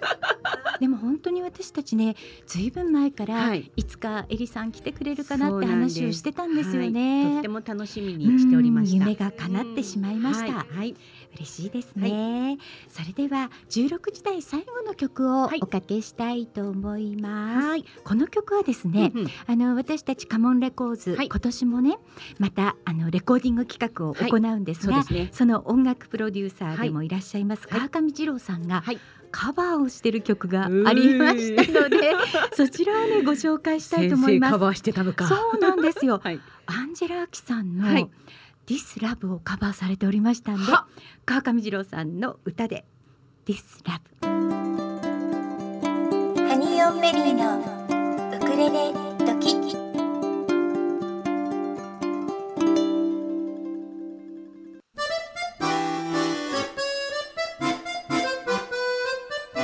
でも本当に私たちね、ずいぶん前から、い、
い。
つかエリさん来てくれるかな
そ
っ
う
て
なんです
話をしてたんですよ
はいとっ
ね
て。も楽しみにしておりました。
うん夢が叶ってしまいました。
はい。はい
嬉しいですね、それでは16時台最後の曲を
はい
おかけしたいと思います、
はい
この曲はですね、
うんうん
あの私たちカモンレコーズ、
はい
今年もねまたあのレコーディング企画を行うんです
そう
が、
ですね。
その音楽プロデューサーでもいらっしゃいます、
はい
川上二郎さんが
はい
カバーをしている曲がありましたので、 そちらをねご紹介したいと思います
カバーしてたのか。
そうなんですよ、
はい
アンジェラ・アキさんの、
はい
This Love をカバーされておりましたんで
は
川上二郎さんの歌で This Love
ハニーオンベリーのウクレレドキ
「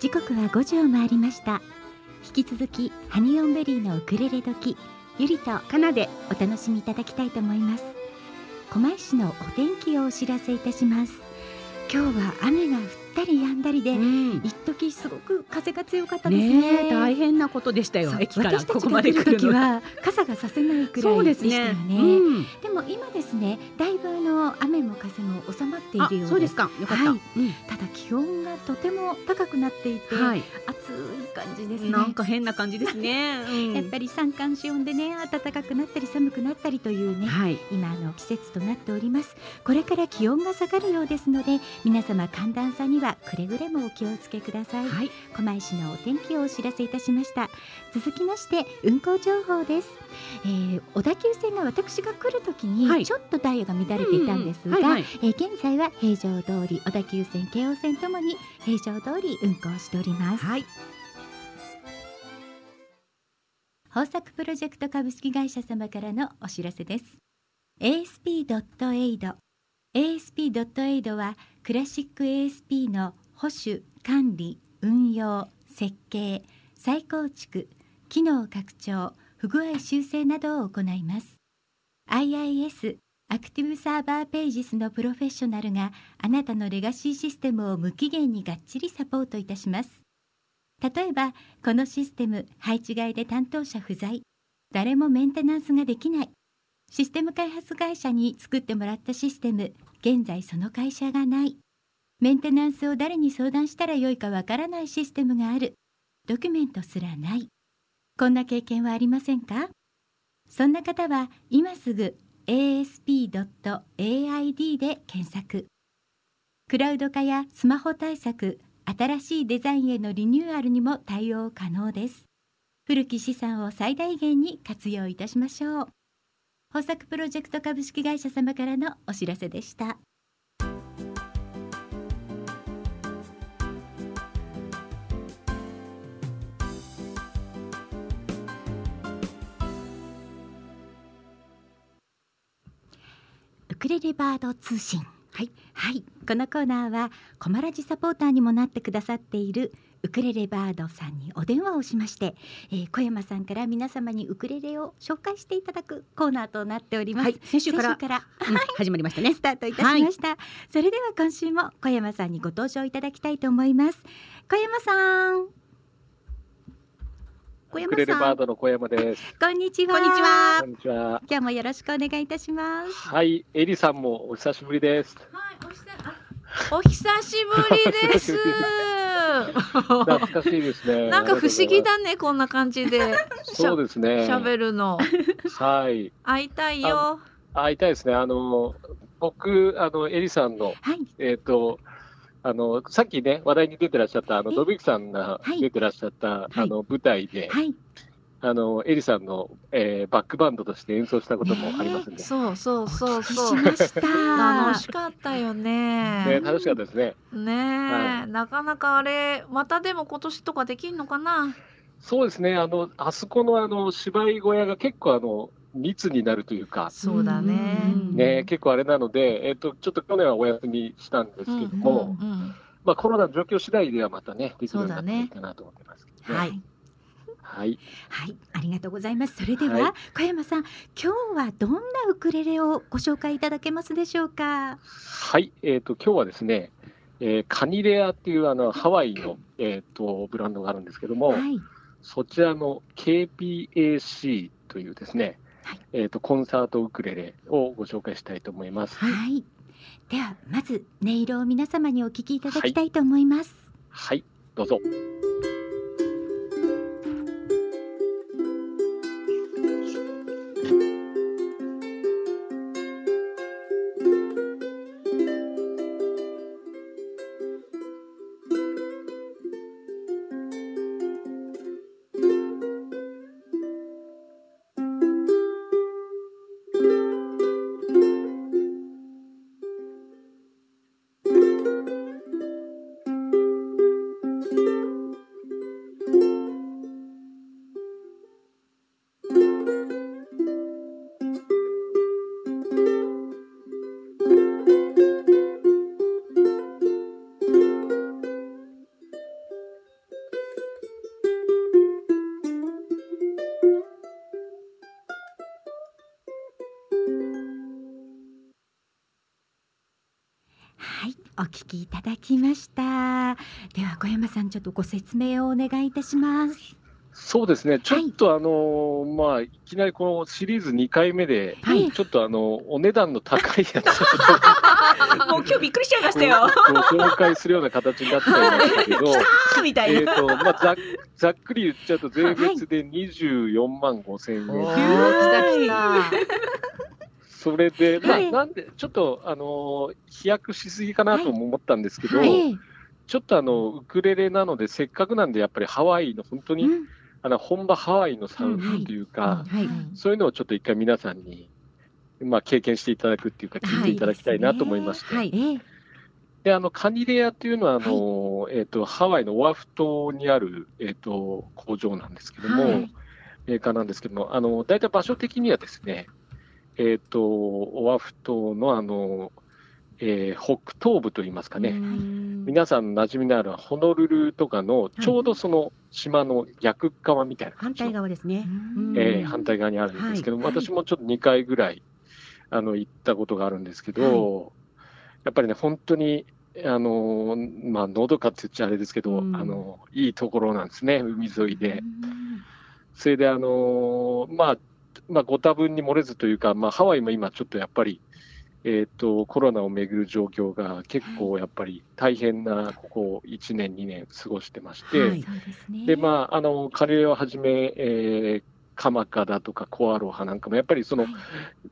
時刻は5時を回りました引き続きハニオンベリーのウクレレ時ゆりと
かなで
お楽しみいただきたいと思います狛江市のお天気をお知らせいたします今日は雨が降ったり止んだりで、
うん
一時すごく風が強かったです
ね
ね
え大変なことでしたよ
そう
駅から
私た
こ
ち
こ
が
ま
来
で
る
来る
時
のが
は傘がさせないくら
そう
い
で
ですした
ね
よ
う
ね
ん
でも今ですねだいぶあの雨も風も収まってい
あ
るようです
そうですかよかった、
はい
うん
ただ気温がとても高くなっていて、
はい
暑い感じですね
なんか変な感じですね。うん
やっぱり三寒四温でね暖かくなったり寒くなったりというね
はい。
今あの季節となっておりますこれから気温が下がるようですので皆様寒暖差にはくれぐれもお気をつけください
はい。
狛江市のお天気をお知らせいたしました続きまして運行情報です、えー小田急線が私が来るとき
は
に
い
ちょっとダイヤが乱れていたんですが、
うんうんはいはい
えー現在は平常通り小田急線京王線ともに平常通り運行しております、
はい
豊作プロジェクト株式会社様からのお知らせです ASP.AID ASP.AID はクラシック ASP の保守管理運用設計再構築機能拡張不具合修正などを行います IIS アクティブサーバーページスのプロフェッショナルがあなたのレガシーシステムを無期限にがっちりサポートいたします例えばこのシステム配置外で担当者不在誰もメンテナンスができないシステム開発会社に作ってもらったシステム現在その会社がないメンテナンスを誰に相談したらよいかわからないシステムがあるドキュメントすらないこんな経験はありませんかそんな方は今すぐ asp.aid で検索クラウド化やスマホ対策新しいデザインへのリニューアルにも対応可能です古き資産を最大限に活用いたしましょう豊作プロジェクト株式会社様からのお知らせでしたウクレレバード通信はい、はい、このコーナーはコマラジサポーターにもなってくださっているウクレレバードさんにお電話をしまして、えー、小山さんから皆様にウクレレを紹介していただくコーナーとなっております、
はい先週から
先週から
うん始まりましたね
ス。タートいたしました、それでは今週も小山さんにご登場いただきたいと思います小山さん小
ウク
山
レレ
さ
バー
ん
ドの小山です。
こんにちは
こんにちは
こんにちは。
今日もよろしくお願いいたします
はい、エリさんもお久しぶりです。
はい、お久あお久しぶ りです。
懐かしいです ね。
なんか不思議
あ
だね、こんな感じで
りがとうございます。そうですね。
喋るの。
はい。
会いたいよ。
会いたいですね。あの、僕、あの、エリさんの、
はい
えっ、と、あの、さっきね、話題に出てらっしゃった、あの、
え
ドビクさんが
はい
出てらっしゃった、あの、舞台で、
はい
あの、エリさんの、えーバックバンドとして演奏したこともありますんで、
そうそうそう
し
そう。
ました
楽しかったよ
ね、
ね。
楽しかったですね。
ねえ、
は
なかなかあれ、またでも今年とかできんのかな。
そうですね、あの、あそこの、あの、芝居小屋が結構、あの、密になるというか、
そうだね。
うん
ね、結構あれなので、えっと、ちょっと去年はお休みしたんですけども、
うんうんうん
まあ、コロナの状況次第ではまたね、できるようになっていいかなと思ってますけどね。
はい、
はい。
はい、ありがとうございます。それでは、
はい
小山さん、今日はどんなウクレレをご紹介いただけますでしょうか。
はい。えっ、と、今日はですね、えーカニレアっていうあのハワイの、えっとブランドがあるんですけども、
はい、
そちらの KPAC というですね、
はい
えっとコンサートウクレレをご紹介したいと思います。
はい、では、まず音色を皆様にお聞きいただきたいと思います。
はい、どうぞ。
はい、お聞きいただきました。では小山さんちょっとご説明をお願いいたします。
そうですね、ちょっとあのーまあ、いきなりこのシリーズ2回目で、
はい
ちょっとあのお値段の高いやつを
もう今日びっくりしちゃいました
ご
よ。
ご紹介するような形になっちゃいましたけど、
みたい
え
な。
ーとまあ、ざっざっくり言っちゃうと、税別で24万5千円、
おー来た来
それで、まあ
はい
なんで、ちょっと、あのー飛躍しすぎかなとも思ったんですけど、
はい、
ちょっとあのウクレレなので、せっかくなんで、やっぱりハワイの本当に、
うん
あの本場ハワイのサウンドっていうか、
た。
はい
そういうのをちょっと一回皆さんに、まあ、経験していただくっていうか、聞いていただきたいなと思いまして、
えー
であのカニレアっていうのはあの、えっとハワイのオアフ島にある、えっと工場なんですけども、
はい
メーカーなんですけども、あの大体場所的にはですね、えっとオアフ島のあの、えー北東部といいますかね、皆さんの馴染みのあるホノルルとかのちょうどその島の逆側みたいな
反
感じの
対側ですね。
えー反対側にあるんですけども、私もちょっと2回ぐらいあの行ったことがあるんですけど、やっぱりね、本当に、あのーまあ、のどかって言っちゃあれですけど、
うん
あのいいところなんですね、海沿いで。それで、あのーまあまあ、ご多分に漏れずというか、まあ、ハワイも今、ちょっとやっぱり、えー、とコロナをめぐる状況が結構やっぱり大変なここ1年、2年過ごしてまして、
はい
そうですね。
で、まあ、あの、カリレオをはじめ、えー、カマカだとかコアロハなんかも、やっぱりその、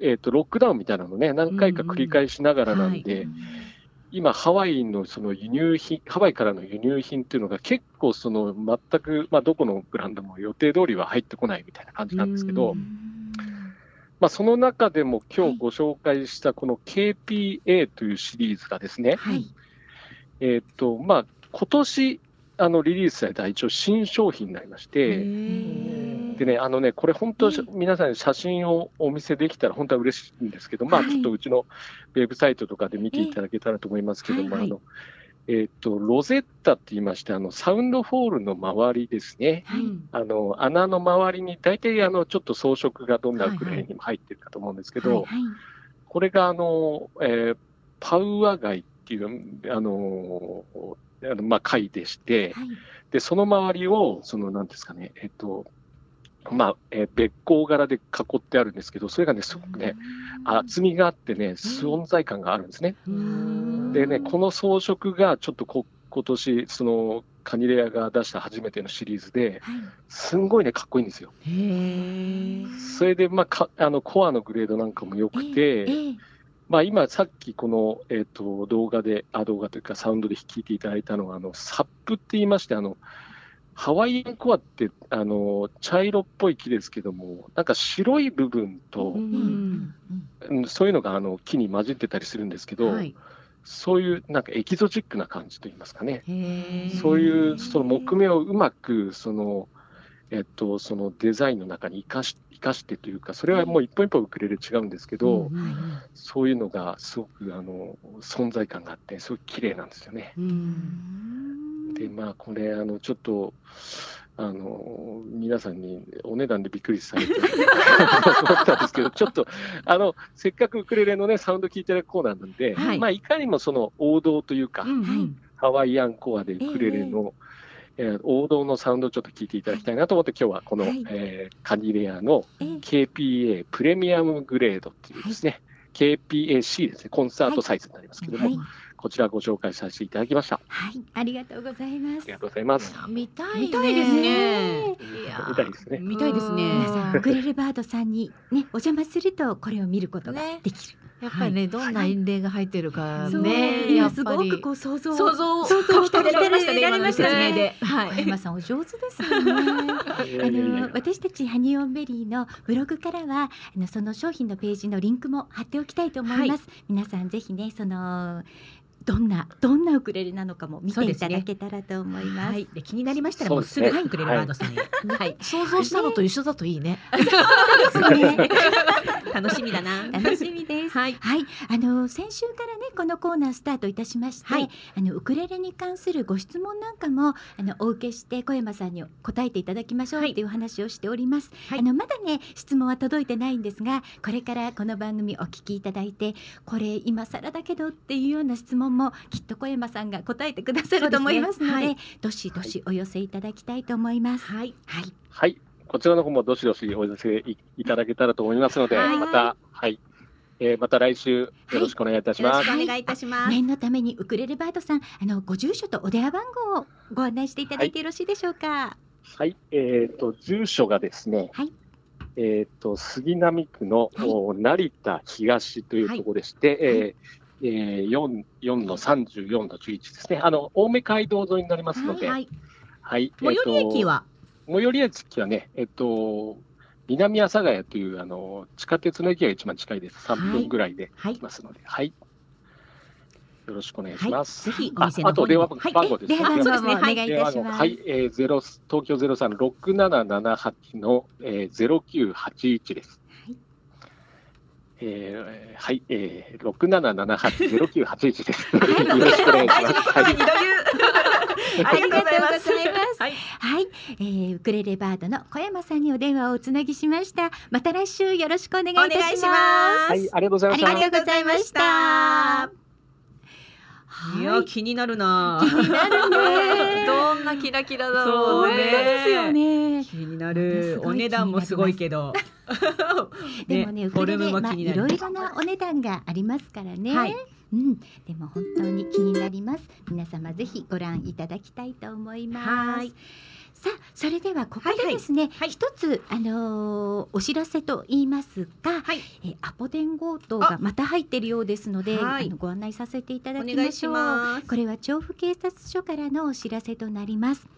えっ、と、ロックダウンみたいなのね、何回か繰り返しながらなんで、今、ハワイのその輸入品、ハワイからの輸入品っていうのが結構その、全く、まあ、どこのブランドも予定通りは入ってこないみたいな感じなんですけど、まあ、その中でも今日ご紹介したこの KPA というシリーズがですね、
はい、
えっ、と、まあ、今年、あの、リリースされた一応新商品になりまして、でね、あのね、これ本当、皆さんに写真をお見せできたら本当は嬉しいんですけど、まあ、
はい
ちょっとうちのウェブサイトとかで見ていただけたらと思いますけども、
ええはいはい
あの、えーっと、ロゼッタって言いまして、あの、サウンドホールの周りですね。
はい
あの、穴の周りに、大体、あの、ちょっと装飾がどんなウクレレにも入ってるかと思うんですけ
は
ど、
い、
これが、あの、えーパウア貝っていう、あの、あのまあ、貝でして、
はい、
で、その周りを、その、なんですかね、えっと、まあ、えー、べっ甲柄で囲ってあるんですけど、それがね、すごくね、厚みがあってね、存在感があるんですね。でね、この装飾がちょっとこ今年、その、カニレアが出した初めてのシリーズで、
はい、
すんごいね、かっこいいんですよ。それで、まあ、かあの、コアのグレードなんかも良くて、
えー
まあ、今、さっきこの、えっと動画で、あ動画というか、サウンドで聞いていただいたのが、あのサップって言いまして、あのハワイアンコアってあの茶色っぽい木ですけども、なんか白い部分と、うんそういうのがあの木に混じってたりするんですけど、
はい
そういうなんかエキゾチックな感じといいますかね、
へー
そういうその木目をうまくその、えっと、そのデザインの中に生かし生かしてというか、それはもう一本一本ウクレレ違うんですけど、そういうのがすごくあの存在感があって、すごく綺麗なんですよね。で、まあ、これ、あのちょっとあの皆さんにお値段でびっくりされて思ったんです けど、ちょっとあのせっかくウクレレの、ね、サウンド聞いてるコーナーなんで、
はい
まあ、いかにもその王道というか、
うん
ハワイアンコアでウクレレの、えー王道のサウンドをちょっと聞いていただきたいなと思って、今日はこの、
はい
えーカニレアの
えー
KPA プレミアムグレードっていうですね、KPAC ですね、コンサートサイズになりますけども、
はい
こちらご紹介させていただきました。あ
はい、ありがとうございます
り。がとうございます。
見たいね。
見たいです。ね。
いや
みたいですね。
見たいですね。
ウクレレバードさんにねお邪魔するとこれを見ることが
ね
できる。
やっぱりね、どんな印令が入ってるか
そう
ね、
今
やっ
す
ぱ
ご
り
くこう想像
想像を
想像を
かき立てられましたね
かき立てられましたね
今の説明では
小
い
山さんお上手ですよね。
いやい
あ
やいやい
の
や
私たちハニーオンベリーのブログからはあのその商品のページのリンクも貼っておきたいと思います。皆さんぜひねそのどんなどんなウクレレなのかも見ていただけたらと思います。
はい、で気になりましたらもうすぐ
そうですね
ウクレレバードさんへ。はい、
想像したのと一緒だといいね。
ね
楽しみだな。
楽しみです。
はい、
はい、あの先週からねこのコーナースタートいたしまして、
はい
あのウクレレに関するご質問なんかもあのお受けして小山さんに答えていただきましょう
はい
っていうお話をしております。
はい
あのまだね質問は届いてないんですが、これからこの番組お聞きいただいて、これ今更だけどっていうような質問もきっと小山さんが答えてくださると思いますので、
そうですねはい
どしどしお寄せいただきたいと思います。
はい。
はい、
はい、こちらの方もどしどしお寄せいいただけたらと思いますので、
はい
また、はい、えーまた来週よろしくお願いいたし
よ
ま
ろ
す。
しくお願いいたします。
念のためにウクレレバードさんあのご住所とお電話番号をご案内していただいてよろしいでしょうか。
はい、えっ、と、住所がですね、
はい
えっ、と、杉並区の、
はい
お成田東というところでして、えーえー、4, 4の34の11ですね、あの、青梅街道沿いになりますので、
は
はい、
い。最寄り駅は、
えーと最寄り駅はね、えっ、と、南阿佐ヶ谷というあの地下鉄の駅が一番近いです、3分ぐらいで
はい
来ますので、はい、よろしくお願いします。
ぜひお店
あ
の
あと
方に
電
も
話番号ですね。
電話番号もお
そうですねは
願
い
いい
電
た
話
し
番号
ます。
はい、えー、ゼロ東京ゼロ三六七七八のゼロ九八一です。
はい
えーはい、えー、六七七八ゼロ九八一です。 よろしくお願いします。はい、
ありがとうございます。
はい
はい、えーウクレレバードの小山さんにお電話をおつなぎしました。また来週よろしくお願いいたします。
はいありがとうござい
あ
ま
り
した。
がとうございました。
い
は
や気になるな。
気になるね。
どんなキラキラだろ
そ
う
本
う
当
ね
ですよね。
気にな
す
る。
ごい
お値段もすごいけど。
でもね、ウ
フ
ク
ォ
レ
ル
レ、
ムも
まあ、
気にないる。
ろいろなお値段がありますからね。
はい
うん、でも本当に気になります。皆様ぜひご覧いただきたいと思います。
はい
さあ、それではここでですね、
はい
一つ、あのーお知らせと言いますか。
はい
えーアポ電強盗がまた入っているようですので、
はい
あのご案内させていただ
お
き
願
ま
い
し
し
ょう。
ます。
これは調布警察署からのお知らせとなります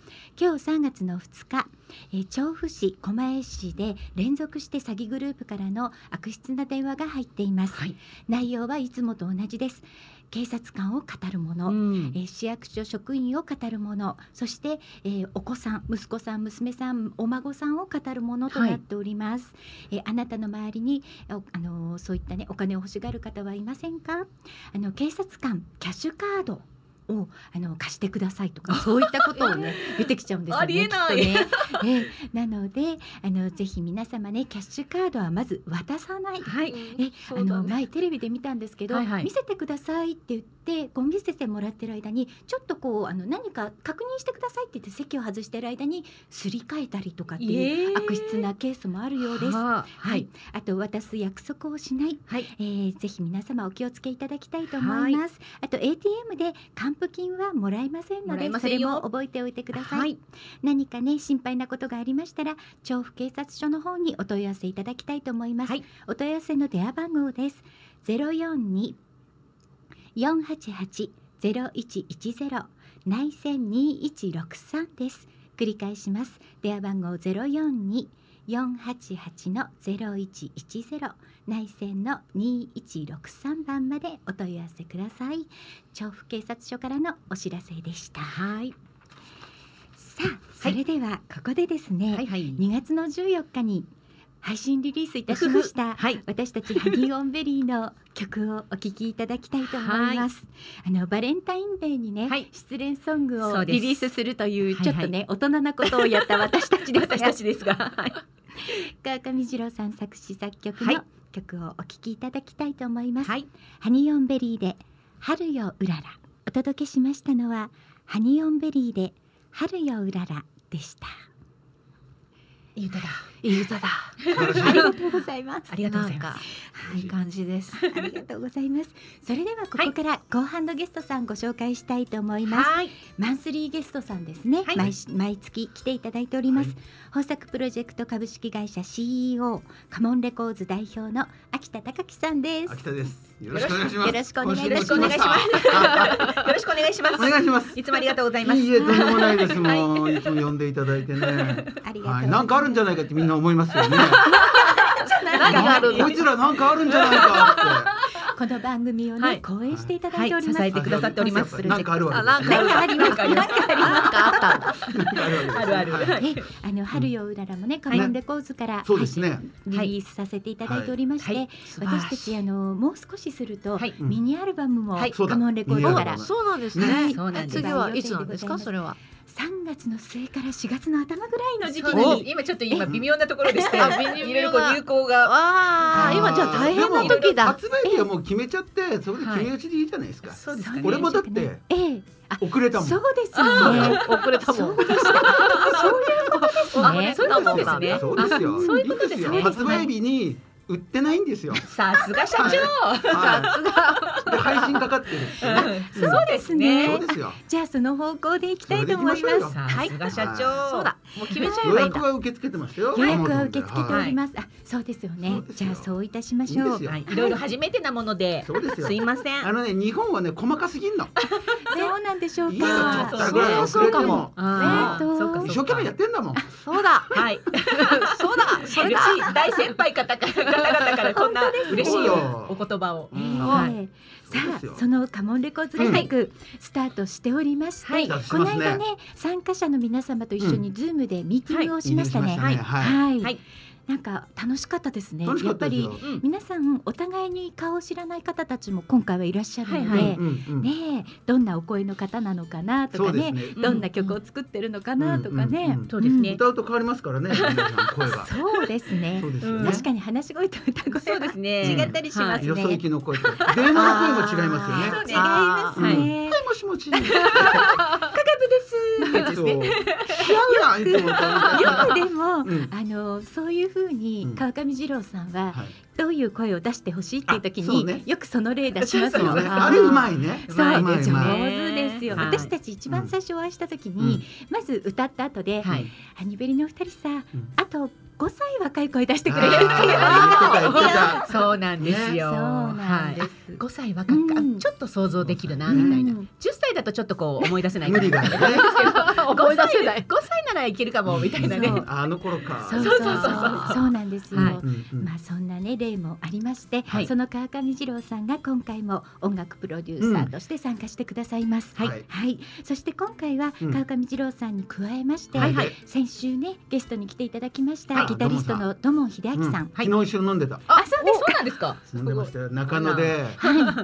今日3月の2日えー調布市狛江市で連続して詐欺グループからの悪質な電話が入っています、
はい
内容はいつもと同じです警察官を語るもの、
うん
えー市役所職員を語るものそして、えーお子さん息子さん娘さんお孫さんを語るものとなっております、えーあなたの周りにおあのーそういったねお金を欲しがる方はいませんかあの警察官キャッシュカードをあの貸してください とかそういったことをね言ってきちゃうんですよね。
ありえない
きっとねえーなのであのぜひ皆様ねキャッシュカードはまず渡さない
はい。
え、あの前テレビで見たんですけど、
はいはい
見せてくださいって言ってこう見せてもらってる間にちょっとこうあの何か確認してくださいって言って席を外してる間にすり替えたりとかっていう
えー
悪質なケースもあるようです。はい、
は
あと渡す約束をしない、
はい
えーぜひ皆様お気をつけいただきたいと思います。あと ATM で還付金はもらえませんの
もらえ
で
ま
そ
せ
れ
んよ
も覚えておいてください。
はい。
何かね心配なことがありましたら調布警察署の方にお問い合わせいただきたいと思います、
はい
お問い合わせの電話番号です042 488 0110内線2163です繰り返します電話番号042 488の0110内線の2163番までお問い合わせください調布警察署からのお知らせでした
はい。
さあそれではここでですね、
はいはい。
2月の14日に配信リリースいたしました
はい。
私たちハニーオンベリーの曲をお聴きいただきたいと思います、あのバレンタインデーにね、
はい
失恋ソング
そ
を
うで
リ
す
リースするという
はい
ちょ
はい
っとね、大人なことを やった私たちですが
私たちですが。はい。
川上二郎さん作詞作曲
は
の
い
曲をお聴きいただきたいと思います、
はい。
ハニーオンベリーで春ようららお届けしましたのはハニーオンベリーで春ようららでした
いい歌だ。
い。いい歌だ。
ありがとうございます。
ありがとうござい
な
ま
んか
す。
いい感じです。
ありがとうございます。それではここから後半のゲストさんご紹介したいと思います。
はい。
マンスリーゲストさんですね。
はい
毎し毎月来ていただいております。豊作プロジェクト株式会社 CEO カモンレコーズ代表の秋田隆樹さんです。
秋田です。よろしくお願いします。
よろしくお願いいたします
今週も来ま
よろしくお願いします。
お願いします
いつもありがとうござい
した
ま
い
す。
いえ、とんでもないです。もういつも呼んでいただいてね。
ありがとうございま
は
す。
い、なんかあるんじゃないかってみんな思いますよね。
何があるの
こいつらなんかあるんじゃないか
この番組をね、
はい
講演していただいております。
はい
っ
支
て。
えてくださっております
あなんかある
あ、
わ
なん
け
かある。
あります
あります
なんかあったんだ。
ですね。なんか
あるある。
わけですね
は
はい
い。
ねあの春ようららもね、カモンレコーズから
そうですね。
リリースさせていただいておりまして、
はい
素晴らしい
私たちあのもう少しすると、
はい。
うん
ミニアルバムも、
はい
カモンレコーズから
そうだミニア ルバム
そうなん
はいそうなん。
ですね
です
次はいつなんですか、それは。
3月の末から4月の頭ぐらいの時期
そう
に
です今ちょっと今微妙なところでして、
あ微妙ない
ろいろこう流行が。
わあ
あー
今じゃあ大変な時だ
発売日はもう決めちゃってそこで決め打ちでいいじゃないですか、
そうですかね
俺もだって
ええ
遅れたもん
そうですよね
遅れたもん
そういうことですね。
そうですよ
あそういうことですね
いい発売日に売ってないんですよ、
さすが社長。
はい、で配信かかってるっていうね
そうです
そ
ね
う。ですよ
じゃあその方向でいきたいと思い
それでいきま
ま
しょう
す
よ
さ
はい
すが社
は
長。
そうだもう決めちゃえ
予
ばいいん
約
だ
は受け付けてましたよ
予約は受け付けてお
はい
ります、あそうですよね、
そうです
じ
よ
ゃあそういたしまし
いい
ょ
で
う
すよ
はい、いろいろ初めてなもので。
そうですよ
すいません。
あのね日本はね細かすぎんの
そうなんでしょう
いいよちょ
か
っとぐらい遅れても
あー
ねえ
そうか
一生懸命やってんだもん
そうだ
はい。
そうだそ
嬉
れ
しい
だ
大先輩方から方々からこんな嬉しい
そうよ
お言葉を。
ええ
はい
そうで
さ
すよ
あそのカモンレコーズライブ、スタートしておりまして、
はい
この間ね参加者の皆様と一緒にズームでミーティングをしましたね、
はいはい
はい
はい
なんか楽しかったですね
楽しか
や
っ
ったぱ
ですよ
り皆さんお互いに顔を知らない方たちも今回はいらっしゃるので、
はいは
うんうん
ねえどんなお声の方なのかなと
そう
か
です
ね
ね
どんな曲を作ってるのかなとかね、
うんうんうん
そうですね。
歌うと変わりますからね皆さん声が
そうですね
そうですよ
うん
ね
確かに話し声と歌声
そうですね。
違った
りします
よ
ね
そ行きの声と電話の声も違いますよね
そうですね
は
あ
違いますね、
はいもし もち。かかぶです。そう。違うな、いつもと。
よくでも、
うん
あのそういうふうに
うん
川上二郎さんは
はい
どういう声を出してほしいっていう時
あそう
に、
ね
よくその例出します
そ
よ
うね
ね。
あれうまいね。
そう
うまい
上
う
手
まい。
ですよ、
はい
私たち一番最初お会いした時に、まず歌った後で「
はい。
ハニベリのお二人さ、
ん
あと5歳若い声出してくれる」っていう
あー言ってた言ってた
そうなんですよ。
そうなんです、
はい。五歳若か
うん
ちょっと想像できるなみたいな
うん。
十歳だとちょっとこう思い出せない
無
か
理
ら。
がね。
思い出せない。五歳ならいけるかもみたいな
そう
ね。
あの頃か。
そうそうそうそうそうなんですよ、
はい
うんうん
まあそんなね例もありまして、
はい
その川上二郎さんが今回も音楽プロデューサーとして参加してくださいます。
うん
は
はいい、
はい、そして今回は
うん
川上二郎さんに加えまして、
はいはい
先週ねゲストに来ていただきました、
はい
ギタリストの土門秀明さん。
昨日一緒に飲んでた。
あ、そうですか。なんですか。
飲んでましたよ。中野で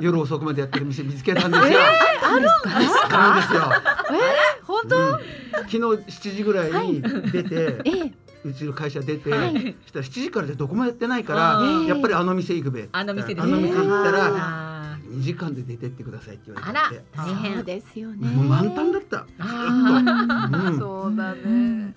夜遅くまでやってる店見つけたんですよ。
あるんですか。
なんですよ。
本当
うん昨日7時ぐらいに出て、
ええ、
うちの会社出て、
はい
そしたら7時からじゃどこもやってないか
う
ら、
ん
やっぱりあの店行くべ。
あの店ですね。
あの店行ったら。
あ
2時間で出てってくださいって言わ
ーあ
れた
ら
ん
そ
大
で、
う
変。
ですよね。
もう満タンだった。
あ
うん
そうだ
う
ね
ん
ーね。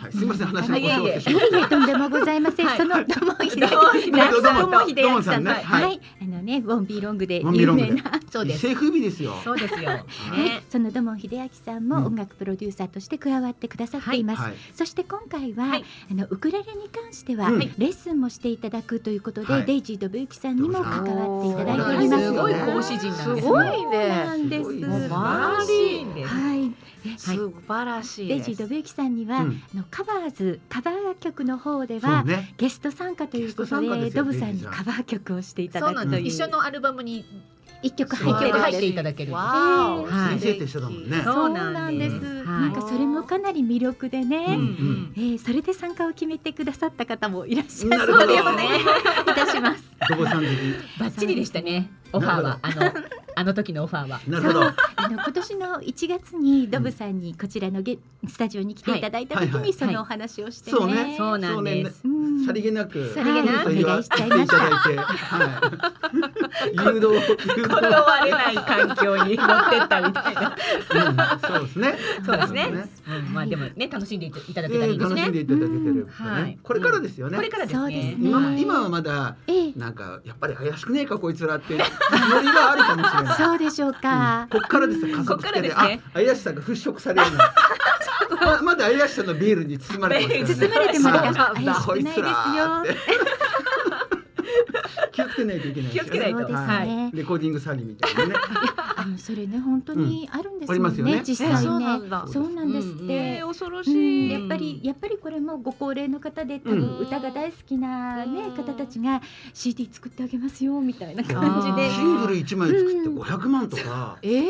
はい、すみません話の腰を折ってし
い
まっ
えいえとんでもございません。
はい
その土門秀 明
土門秀明
さん、
どう
た。
も
どうも
どうも
さんね、
はい、
はい、
あのね、ウォンビーロングで
モンビ
有
ロング
名
で
な。
そうです。
政府日ですよ。
そうですよ。
はい
ね。、
その土門秀明さん
うん
も音楽プロデューサーとして加わってくださっています。
はいはい
そして今回は、
はい
あのウクレレに関しては、
うん
レッスンもしていただくということで、
はい
デイジー・ドブユキさんにも
ドブユキさ
関
ん
わっていただいております。
すごい講師陣なんですす。
ご
素
い
な
ね
んです
すごい
もう
ね
晴ら
周
し
り
いんです。
はい、
素晴らしい
デイ
で
ジ
す
ー・ドブユキさんには、
うん
あのカバーズカバー曲の方で
そう
は、
ね。
ゲスト参加というこ
ゲスト
と
参加
で
です
ド
よ
ブさんに
デイジー
カ
さん
バー曲をしていた
そ
だ
うな
く
ん
と
で
い
す。
う
一緒のアルバムに
一曲入
一
ってる
曲
ん
入
です
っていただける。
わお
はい
先生って人だもんね。
そうなんで
そ
す
うなんです
はい
なんかそれもかなり魅力でね、
う
う
ん
ん
えーそれで参加を決めてくださった方もいらっしゃ
な
る
るほ
そう
ど
ですね。いたします。
どこさん的。
バッチリでしたね。オファーはあのあの時のオファーは。
なるほど。
あの今年の1月にドブさんにこちらのゲスタジオに来ていただいた時
はいはいは
に
い
そのお話をしてね。
そうね。
そうなんです
そうねさりげなく。
さりげなく
言わせていただいて。はい。 誘導。誘導。
断われない環境に持ってったみたいな。
うんそうですね。
そうですね。うんまあでもね楽しんでいただけたらい
で
いです
楽しん
ね。
でいただけてる
は
か
い
ね。これからですよね。
これからです
そうです
ね
ね。
今今はまだ
ええ
なんかやっぱり怪しくねえかこいつらってノリがあるかもしれない。
そうでしょうか。
こっからですよ加速つけて、
こっから
あ
ですね
怪しさが払拭されるのままだ怪しさのビールに包まれてます
包
から
まれてますから
はい
怪しく
こいつら
ないで
ーって気をつけないといけないですよね
気をつけないと
そうですね
はいレコーディング詐欺みたい なね
あのそれね本当にあるんです
あり
よ
ますよね
ね。実
え
際
そうなん
ね。
だ
そうなんですっ
うん
て
え。ー恐ろ
うん
しい
やっぱりやっぱりこれもご高齢の方で多分
うん
歌が大好きな、ね
うん
方たちが CD 作ってあげますよみたいな感じ
あ
で
ー
シングル一枚作って500万とか、
えー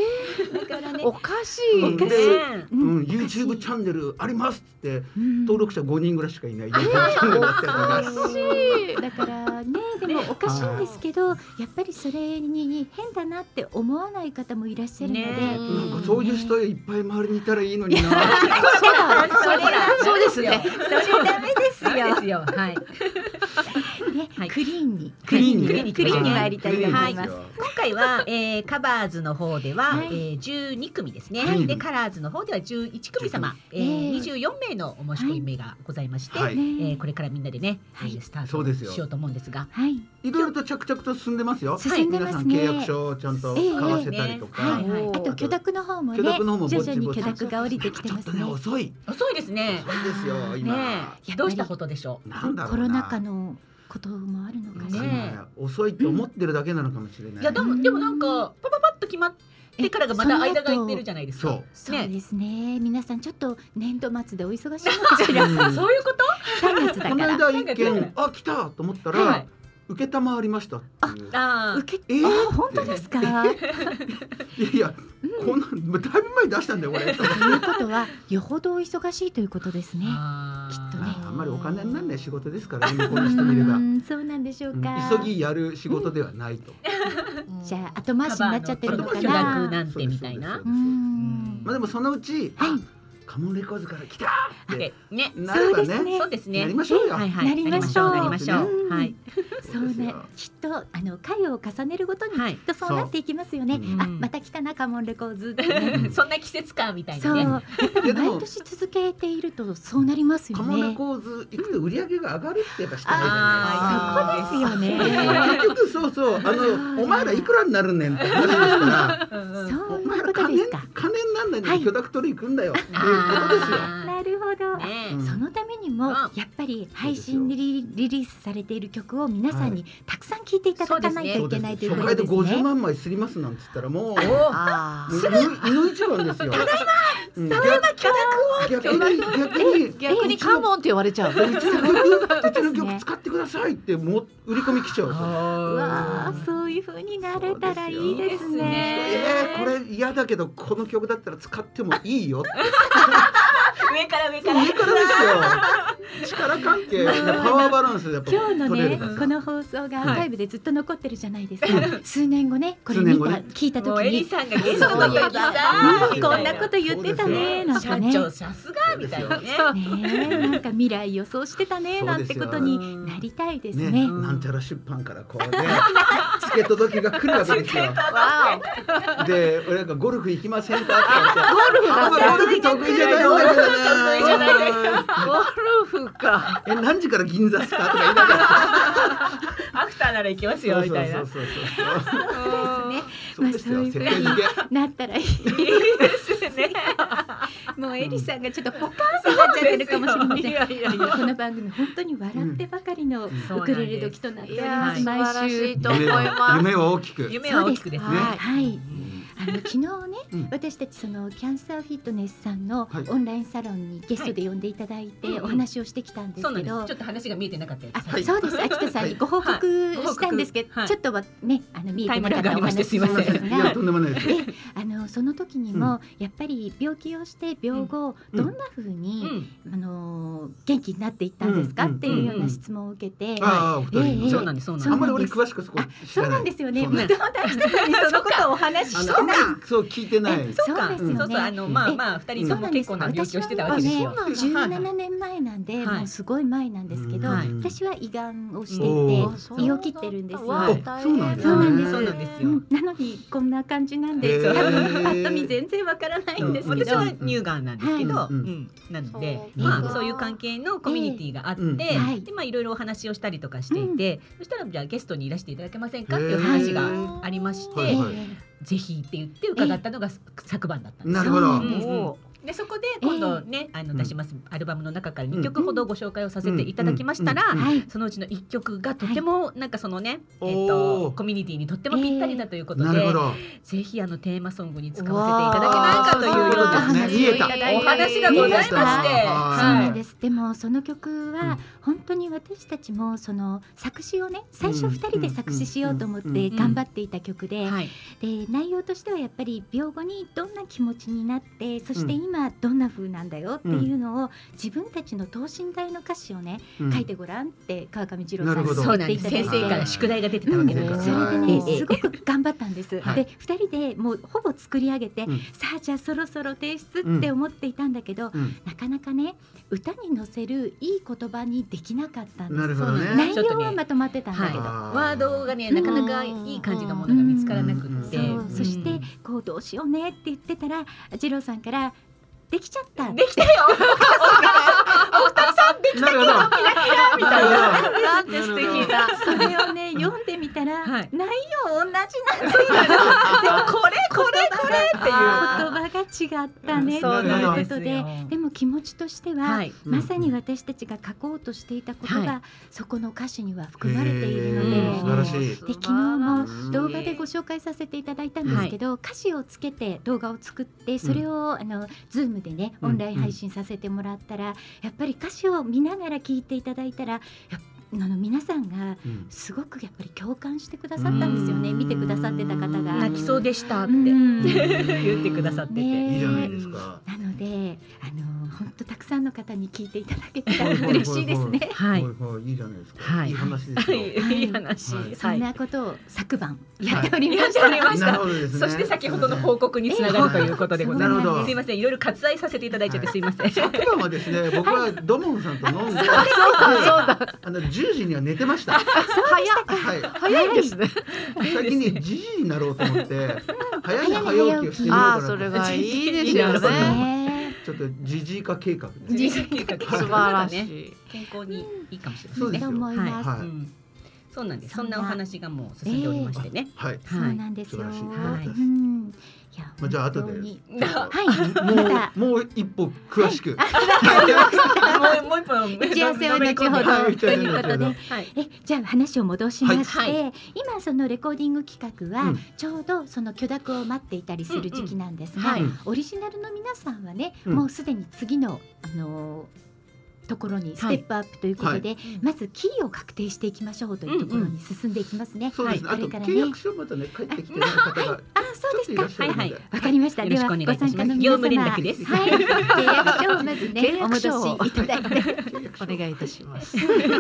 だからね
お、かしい
うん
おかし
で
い
うん
うん
YouTube チャンネルありますって
うん
登録者5人ぐらいしかいない YouTube チャンネルやってるのが
だからねでもおかしいんですけど、やっぱりそれに変だなって思わない方もいらっしゃるので、
なんかそういう人 いっぱい周りにいたらいいのにな。
そうですね。
それダメですよ。ですよ。はい。
ね
はい
クリーンに
クリーンに
ク
ク
リ
リ
ー
ー
ン
ン
に
に
参りたいと思います。
今回は、えー、カバーズの方では、
はい
えー、12組ですね、
はい
でカラーズの方では11組様、え
え
ー
え
24名のお申し込みがございまして、
はい
え
ね
ーこれからみんなでね、
はい
えースター
そう
ト
ですよ
しようと思うんですが。
はい、
いろいろと着々と進んでますよ。
進んでますね
皆さん契約書をちゃんと交わせたりとか
は。い、あと許諾の方もね
許諾の方もぼち
徐
ぼち
々に許諾が降りてきて
ちょ
ま
っ
す
と
ね
ね遅い。
遅いですね。
遅いですよ
ね
今。
え、どうしたことでしょう。
なんだろ
コ
うな。
ロナ禍のこともあるのかしら、
ね
遅いって思ってるだけなのかもしれない。
いやでもでもなんかパパパッと決まってからがまた間が空いてるじゃないです
そ
か
う。。
そうですね皆さんちょっと年度末でお忙しいのかしら
うん
そういうこと？
3月 だか
この
ら
間一件あ来たと思った
は
ら
い
受けたまわりましたっていう。
あー
受け、
えー
あ本当ですかとい
いやいやこんなんだいぶ前に出したんだよこれ。
うことはよほどお忙しいということですね
あー。
きっとね
あんまりお金にならない仕事ですから今この人見れば
う。んそうなんでしょうか
急ぎやる仕事ではないと。
じゃあ後回しになっちゃってるのか
カバーの
な
後回しなんてみたいな
そうですそうですそう
う
です
ん
まあでもそのうち、
はい
カモンレコーズから来たって
でね。
なれ
そうで
ば
す
ね
ね、
そうですね。
なりましょうよ。
はいはい。
なりましょう
なりましょう。
うん
はい。
そうねきっとあの回を重ねるごとにき
はい
っとそうなっていきますよね、
そう
あ
うん
また来たなカモンレコーズってね
そんな季節感みたい
そ
な
う
ね。
やっぱ
い
り
やでも
毎年続けているとそうなりますよ
カ
ね
モンレコーズ行くと売り上げが上がるってやっぱしてないじ
あ
ゃ
そうですよね
ないですか。結局そうそうあのお前らいくらになるねんって話ですから。
うんう ん
そ
お
うい
前
う
ら
こと
金
ですか
金になんないの
は
に
い
許諾取り行くんだよっていうことですよ。
あ
なるほど、
ーね
うん
そのためにも
うん
やっぱり配信でリリリースされている曲を皆さんにたくさん聴いていただかないと
そ
いうけ
です
ないという
初
こ
回
と
で
です
50
ね。
万枚すりますなんつったらもう
あ
もういの一番ですよ。うん逆に逆に
逆にカモンって言われちゃう。
うちの曲うちの曲使ってくださいってもう売り込み来ちゃうから。
うわあ、そういう風になれたらいいですね。
えー、これ嫌だけどこの曲だったら使ってもいいよって
上から上から。
上からですよ力関係パワーバランスでやっぱ
今日の
取れる
ね
から
この放送がアーカイブでずっと残ってるじゃないですか、数年後ねこれ
数年
見
後
た、
ね
聞いた
も
時
うエリ
に
さんがゲストの時にさ
そう
うんこんなこと言ってたねなん
社
かね
長さすがみたいなね。
ねえなんか未来予想してたねなんてことになりたいですね
ねなんちゃら出版からこうねチケット時が来るわけですよ
わ
で俺なんかゴルフ行きませんかって言ってゴルフあんまゴルフ得意じゃないんだけどな
お、ゴルフか。
え何時から銀座っすかとか言いながら
アフターなら行きますよみたいな。
そうそうそうそうそ
ま
う
あ
です
そう
よ
いう
設
ふ
定
うに
付け
なったらいい
ですね。
もうエリさんがちょっとポカンとなっちゃってるかもしれません
いやいやいや。
この番組本当に笑ってばかりのウ
そうなん
クレレ
で
時
す
となってお
い
り
や
ま
ー、
す
素晴ら
毎
し
週
いと思います。
夢を大きく
夢は大きくですね。
は
はいあの昨日ね、
うん
私たちそのキャンサーフィットネスさんの
はい
オンラインサロンにゲストで呼んでいただいて
はいうんうん
お話をしてきたんです
そうな
け
んで
ど、
す。ちょっと話が見えてなかった
あ
です。
そうです秋田さんにご報告
ご報告
したんですけど、
はい
ちょっとはねあの見えてなかった
タイムラグあ
お
りまして
話
すいません
なんです
いや
が
とんでもないです
であのその時にも、やっぱり病気をして病後、
うん
どんな風
う
に、
ん。
あの元気になっていったんですか、
うん
っていうような質問を受けて、
ああお二人
ええ
そうなんです。そうなん
そ
で
あん
す。
まり俺詳しくそこ知
そう
らない
なんですよね
そう
伊
なん
藤大輔さんにそのことをお話し
あ
し
のあ
た
んま
な
りそう聞いてない
えそうですよね
そうそうあのまあまあ二人とも結構な病気をしてたわけです
私
よ
は。もうね、17年前なんで、
はい
もうすごい前なんですけど、
うん
はい
私は胃がんをしていて、
お
ー
胃を切ってるんですよ。
わ
あ
あ
そうなんですね
そうなんです
そうなんです
う
よ
ん。なのにこんな感じなんで
へ
す。
ー
多分パッと見全然わからないんですけ
私
ど、
は乳がんなんですけど、
うん
うんなので、
そう
ま
うん
あそういう関係のコミュニティがあって、
うん
はい
でまあいろいろお話をしたりとかしていて、そしたらじゃあゲストにいらしていただけませんかっていう話がありまして、
はいはい
ぜひって言って伺ったのが昨晩だったんです
な
よ。
るほど
そうなん
です
お
でそこで今度ね、あの出しますアルバムの中から2曲ほどご紹介をさせていただきましたら、
うんうんうん
はい、
そのうちの1曲がとてもなんかそのね、
おー
えっとコミュニティにとってもぴったりだということで、
なるほど
ぜひあのテーマソングに使わせていただけないかというような
わー
そうですね言えた
お話がございまして、
見
そ
えた
うなん
い
です。でもその曲
うん
は本当に私たちもその作詞をね、最初
うん
二人で作詞しようと思っ
うんうん
て頑張っていた曲で、
はい、
で内容としてはやっぱり病後にどんな気持ちになってそして
うん
今どんな風なんだよっていうのを、自分たちの等身大の歌詞をね、書いてごらんって川上二郎さんに
そうなんです
言
先
ってい
生
ただ
か
い
ら
て
宿題が出てたわけだから、
それでね、
ええ
すごく頑張ったんです。
はい
で二人でもうほぼ作り上げて、
うん
さあじゃあそろそろ提出って思っていたんだけど、
うん
なかなかね歌に乗せるいい言葉にできなかったんです。
なるほど
そう
ね
なんで
内容はまとまってたんだ
は
け
い、
ど、
あー
ワードがねなかなかいい感じのものが見つからなくって、
そう、
うん
そして
うん
こうどうしようねって言ってたら次郎さんからできちゃった
でき たよみたいな
なるほどなるほど
なんて素敵だ。
それをね読んでみたら、
はい
内容同じなんだ
これこれこれっていう
言葉が違ったねと
あーそう
い
なん
う
で
こ
すよ
とででも気持ちとしては、
はい
まさに私たちが書こうとしていたことが、
は
そこの歌詞には含まれているの
へ
で
ー。
素晴らしい
で昨日も
うん
動画でご紹介させていただいたんですけど、歌詞をつけて動画を作ってそれを、あの Zoom でねオンライン配信させてもらったら、やっぱり歌詞を見ながら聞いていただいたらやっあの皆さんが
うん
すごくやっぱり共感してくださったんですよね
うん
見てくださってた方が。
泣きそうでしたって
うん
言ってくださってて、
ね
いいじゃないですか
なのであの本当たくさんの方に聞いていただけたら嬉しいですね。
は
はいいはいいいじゃないですか、
はい
い話ですよ
いい話、
はい
そ
は
ん
い
なことを昨晩やっておりました。
はいやっておりました
なるほどですね
そして先ほどの報
告
告につながるということでござい
なるほ
ま
ど
す。すいません、いろいろ割愛させていただいちゃってすいません。
昨晩はですね僕はドモンさんと飲んであの10時には寝てましたはい
早いですね。
先にじじいになろうと思って早い
早起
早起
き
き
を
を
し
し
み
てて
よう
みよう
ああ、
か
それ
な
がいいですよね。
ね
ちょっとじじい化計画ですね
自信が
素晴らしい。
健康にいいかもしれ
そ
な
う
いで
で
と
すす
よ
思います。
はい
うんそうなんです。
そ
そ
ん
ん
な
なお話がもう進んでおりましてね。
はい
そうなんです
素
よ。
晴らしい
は。
はいい
うん。いや
まあじゃあ後で
本当に
は
はい。また
もうもう一歩詳しく
もうもう一本
打ち合わせは
のめり
後
込ん
ほ
で
ど
はい
ということで
はい。
はい。
えじゃあ話を戻しまして、
はい
今そのレコーディング企画は、
うん
ちょうどその許諾を待っていたりする時期なんですが、
はい。
オリジナルの皆さんはね、
うん
もうすでに次の、あのーところにステップアップということで、まずキーを確定していきましょうというところに進んでいきますね。
そうですね、
はい
あと
これから
契約書またね帰ってきてない方がちょ
あ、そ
っ
う
と
で
い
すか。
らっしゃるので、
はいは
わかりました。
よ
で
ろし
は
くお
ご
願いいたしま
参加
す
の皆様、
業務連絡です
はい、契約書をまずね
契、
お
約
戻
書を
しいただいて。
契約書
お願いいたします。
エリ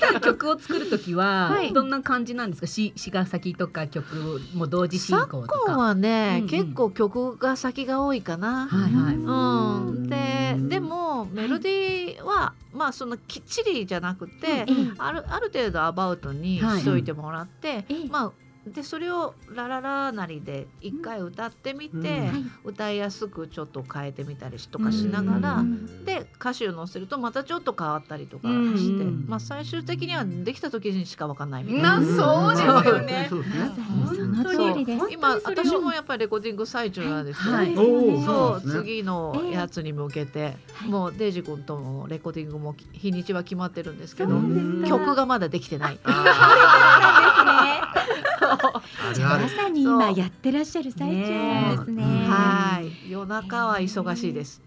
さん曲を作るときは
はい
どんな感じなんですか。詩詩が先とか曲も同時進
昨
行と
今
か。
は
う
ね、
んうん
結構曲が先が多いかな。
はいはいう
うん、ででもメロディーは、まあそのきっちりじゃなく て、
ええ
あるある程度アバウトに
はい
しといてもらって、
ええ
まあでそれをラララなりで一回歌ってみて、
うんはい
歌いやすくちょっと変えてみたりとかしながら、
うん
で歌詞を載せるとまたちょっと変わったりとかして、
うん
まあ最終的にはできた時にしかわかんないみたい
な
な。
んそうですよね
そうです
まさにその
ね
そう
通りです。
今
本当にそれを
私もやっぱりレコーディング最中なんですけど、
はい
おお、
そう
なんですね。
次のやつに向けて、
はい
もうデイジ君とのレコーディングも日にちは決まってるんですけ
そ
ど
うなんですか
曲がまだできてない。
は
あ るあ
ま
る。
さに今やってらっしゃる最中なんですね。
ねえ
はい夜中は忙しいです。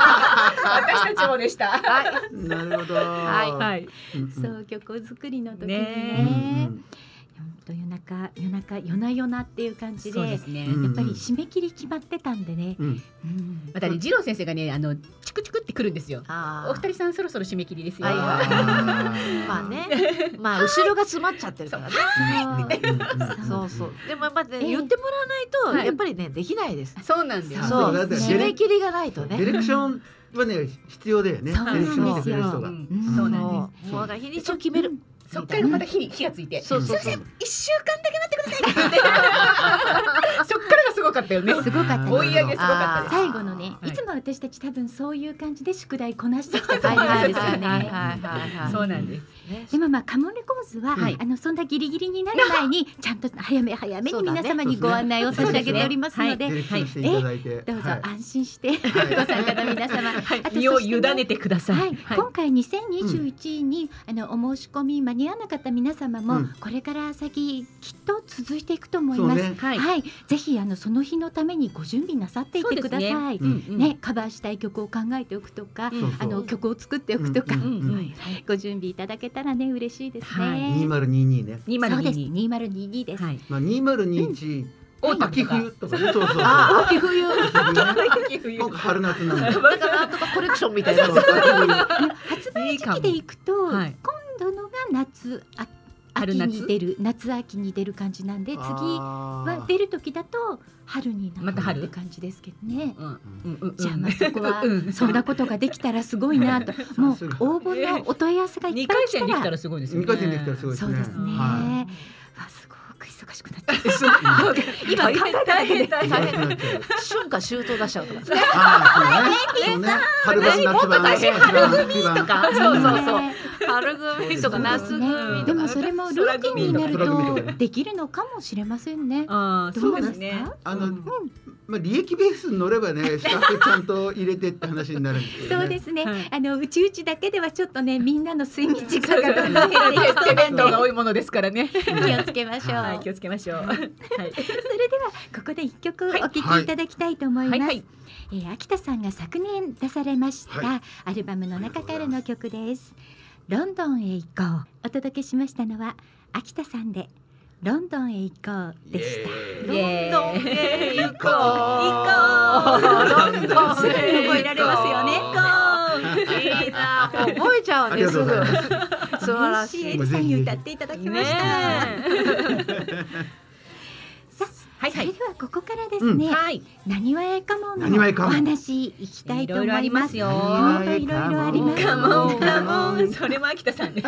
私たちもでした。
はい
なるほど。
はい
は。
はいい。
そう曲作りの時にね
ね
本当夜中夜中夜な夜なっていう感じで
そうです
や
ね。
っぱり締め切り決まってたんでね、
うん。
うん
またね、二郎先生がね、あの、チクチクってくるんですよ。
あー
お二人さん、そろそろ締め切りですよ。
はいはいまあ
ま
ね、まあ後ろが詰まっちゃってるからね。
そ
そうう
そ
そうう。。でもやっぱ
ええ
ね言ってもらわないと
はい
やっぱりねできないです。
そうなんです。
そ
そうう
だって
締め切りがないとね。
ディレクションはね必要だよね。
そう
ディレクション
なんです
を
よ
決める人
う
が。
ん
うん
そうなんで
そうもうだから日にちを 決める。
す。そっからまた火に火がついて。
そうそうそう。
一週間だけ待ってくださいって言って。そっからがすごかったよね。
すごかったです
追い上げすごかった
あ
で
最後のね、、
はいい
つも私たち多分そういう感じで宿題こなしてきた
は
感
い
じな
は
ん
い
ですよ
はいはい
ね。
はいはい。
す。そうなんです。
ね
でもまあカモンレコーズは、
はい
あのそんなギリギリになる前にちゃんと早め早めに
そうだね
皆様にご案内を差し上げておりますので
ディレクションしていただいて。
どうぞ
はい
安心して、
い
ご参加の皆様、あと
身を
そして
委
ね
ねてください。
はい、今回2021に、あのお申し込み間に合わなかった皆様も、
うん
これから先きっと続いていくと思い
そう
ます。
ね。
は
はい、
い。
ぜひあのその日のためにご準備なさってい
そう
て
で
く
す
だ
ね
さい。ね
うん
うん
カバーしたい曲を考えておくとか、
そうそう
あの曲を作っておくとか、
うんうんうん
はいはいご準備いただけたらね嬉しいですね。
は
2022ね。
二
そ
丸
う
二
です。2022で
二。
す。
はい。
まあ2021秋冬とかね。そうそうそう。
あ秋冬
秋冬ね今回春夏なんで。
だからなんとかコレクションみたいな
そう秋冬
発売時期でいくと
はい
今度のが夏あ
春
秋
夏
に出る夏秋に出る感じなんで次は
あー
出る時だと春にな
また
るっ
春
て感じですけどね。
うんうんうんうん
じゃあまあそこは
うん
そんなことができたらすごいなともう
さすが
応募のお問い合わせがい
二
っぱい来
回
た
戦できた
ら
らすごいですよ
二
ね。
回戦できたらすごいです
そう
ね。
ですね。
は
わすごく忙しくなっちゃった。
今大変大変大
い。
変
忙しくなっちゃう
春夏秋冬出しちゃう とかね
あーそうね。そうね。春版夏版秋版秋版。
かそうそうそう
ね
春組とか夏組とか
ねでもそれもルーティンになる
空組とか
とできるのかもしれませんね。
ああ、
ど
そう
う
で
ですす
ね。
か？
あの、まあ利益ベースに乗ればね、スタッフちゃんと入れてって話になるんですよね。
そうですね。
はい
あのうちうちだけではちょっとねみんなの睡眠時間がどんどん減っていき
ス
そうな
ケ
ん
弁
で
当が多いものですからね。
気をつけましょう。
はい、気をつけましょう。はい。
それではここで一曲お
はい
聴きいただきたいと思います。
はいはい
えー秋田さんが昨年出されました、
は
アルバムの中からの曲です。ロンドンへ行こうお届けしましたのは秋田さんでロンドンへ行こうでした。
イエーイ
へ行こう
行こう
どんどん
すぐ覚えられますよね。こう。
いいな覚えちゃう
あ
ね
りが
す
とう
ぐ
ございます。
素晴らしい
エリさんに歌っていただきました。 さあ、
はいはい
それではここからですね、
はい。
なにわえかもんの
なにわえ
お
かもん
話いきたいと思います。
いろいろあります
本
よ
当いろいろあります。
カモンカモ
う
ン。
ん
それも秋田さんね。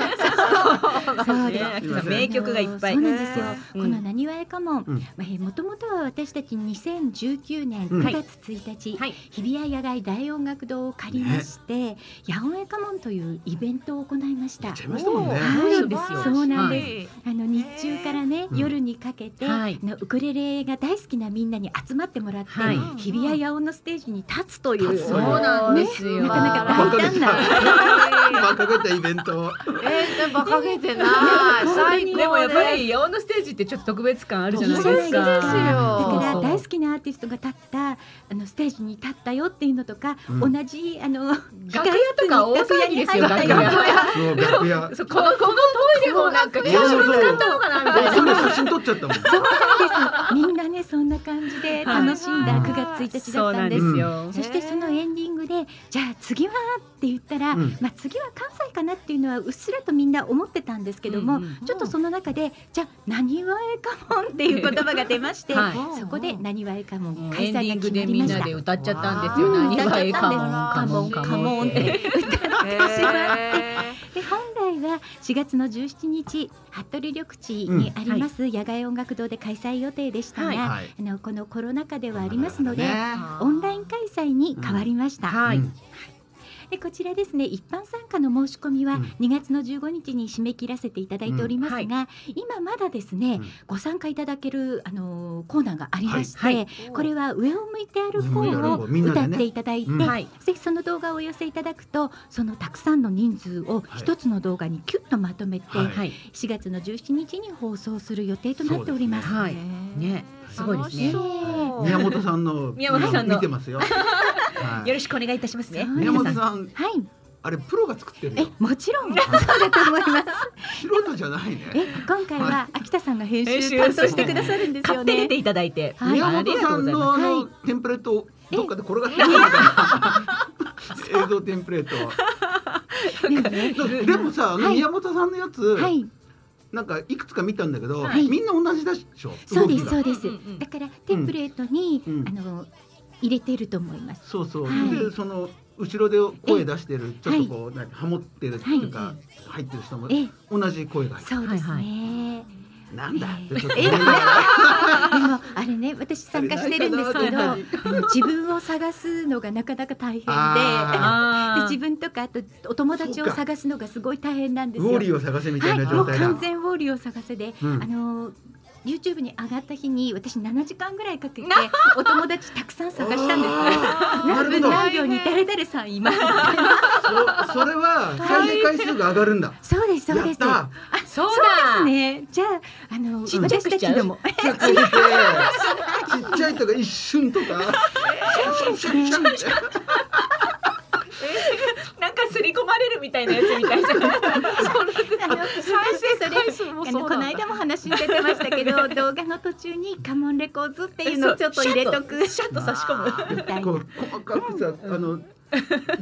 そう
ね
です。
秋田さん名曲がいっぱい。
そうなんですよ。こ
うん
のなにわえかもん、
うん
まあえー、もともとは私たち2019年
うん
9月1日、
はい
日比谷野外大音楽堂を借りまして、ヤオンえかもんというイベントを行いました。
ちゃいましたもんね。
はい
そうですよ
そうなんです。
す
あの日中からね、
うん
夜にかけて、
はい
あのウクレレが大好きなみんなに集まってもらって、
はい
日比谷野音のステージに立つという。
立つ
そ
と
う
いう
なんですよ。
なかなか
バカ
大
げ
胆
た。
な。
バカげたイベント。
えー、でバカげてない最高
でもやっぱり八尾のステージってちょっと特別感あるじゃない
そう
で
ですす
か。
よ
だ
だ
か
だから大
き
好きなアーティストが立ったあのステージに立ったよっていうのとか、
うん
同じあの
楽屋とか大騒ぎですよ。楽
楽
屋。
そう楽屋。
そうこのこのトイレもなんか
そうそうそう
使ったのかなみたいな。
その写真撮っちゃったもん。
そうなんですみんなねそんな感じで楽しんだ
はい
9月1日だったんです
そうなんです
よ
そしてそのエンディングでじゃあ次はって言ったら、
うん
まあ次は関西かなっていうのはうっすらとみんな思ってたんですけども、
うんうん
ちょっとその中でじゃあ「なにわえかもん」っていう言葉が出まして、
はい
そこで「なにわえかもん」
エ
開
ンデ
催
ィ
が
ング
決
で
ま
み
り
ん
まし
な
た
で。歌っちゃったんです
う
よ。
ん
何がええカモン
歌っちゃったんです
カモンカ
カモ
モンっ
ン
て。
で本来は4月の17日服部緑地にあります野外音楽堂で開催予定でしたが、
はい
はい。
あのこのコロナ禍ではありますので、
ね
オンライン開催に変わりました、
は
う
い。
ん
でこちらですね一般参加の申し込みは
うん
2月の15日に締め切らせていただいておりますが、
うん
今まだですね、
うん
ご参加いただけるあのーコーナーがありまして、
はいは
これは上を向いて歩こ
上を向いて歩
う
こ
を
うみんなで
歌
ね
っていただいて、
うん
はい
ぜひその動画をお寄せいただくとそのたくさんの人数を一つの動画にキュッとまとめて、
はい
はい。
4月の17日に放送する予定となっております。
はい。ね。すごいですね。よ
宮本さんの
宮本さんの
見てますよ。はい
ろしくお願いいたしますね。
そう
宮
皆
本さん
はい、
あれプロが作ってる
え
よ。
もちろんそうだと思います。
素人じゃないね。
え今回は秋田さんが編
編集
集担当してくださるんです
買
よ
って出
ね。
ていただいて。
はい
宮本さんのあ
は
の
い
テンプレートをどっかで転がってるのかな。映像テンプレート。
でもね
でもさ、あの
はい
宮本さんのやつ、
はい、
なんかいくつか見たんだけど、
はい
みんな同じでしょ。
そうです
動き
そ
が
うです
うんうんうん。
だからテンプレートに、
うん
あの入れていると思います。
そうそう。
はい
でその後ろで声出してる、ちょっとこうなんかハモってるっていうか、
は
入ってる人も
え、
同じ声が入ってる。
そうですね。
はいは い
なんだってちょっと
え
思いなが
でもあれね私参加してるんですけど
あれない
あの自分を探すのがなかなか大変で
あ
で
あ
自分とかあとお友達を探すのがすごい大変なんで
ら
す
ウォー
よ
リ。ーを探せみた
はいい、
な
も
状
う
態だ。
完全ウォーリーを探せで、
うん
あの YouTube に上がった日に私7時間ぐらいかけてお友達たくさん探したんですよ。
あーな
何
るほ
分
ど。
何秒に誰々さんいます。
そそれは再生回数が上がるん だ。
そうですそう
や
で
っ
す。あ
た。
そ
そう
うだ。
ですね。じゃああの
ちっちゃく
私
しち
た
ゃう
ちで も
ちっちゃくてちっちゃいとか一瞬とか。シュンシュンシュンシュンって
なんか刷り込まれるみたいなやつみたいじゃない。
あの
再生回数も
あ
そ
の
う
この
なんだ。
間も話に出てましたけ ど動画の途中に「カモンレコーズ」っていうのをちょっと入れとく
シャッと差し込む。
みたい
こ
な
う細かくさ、あの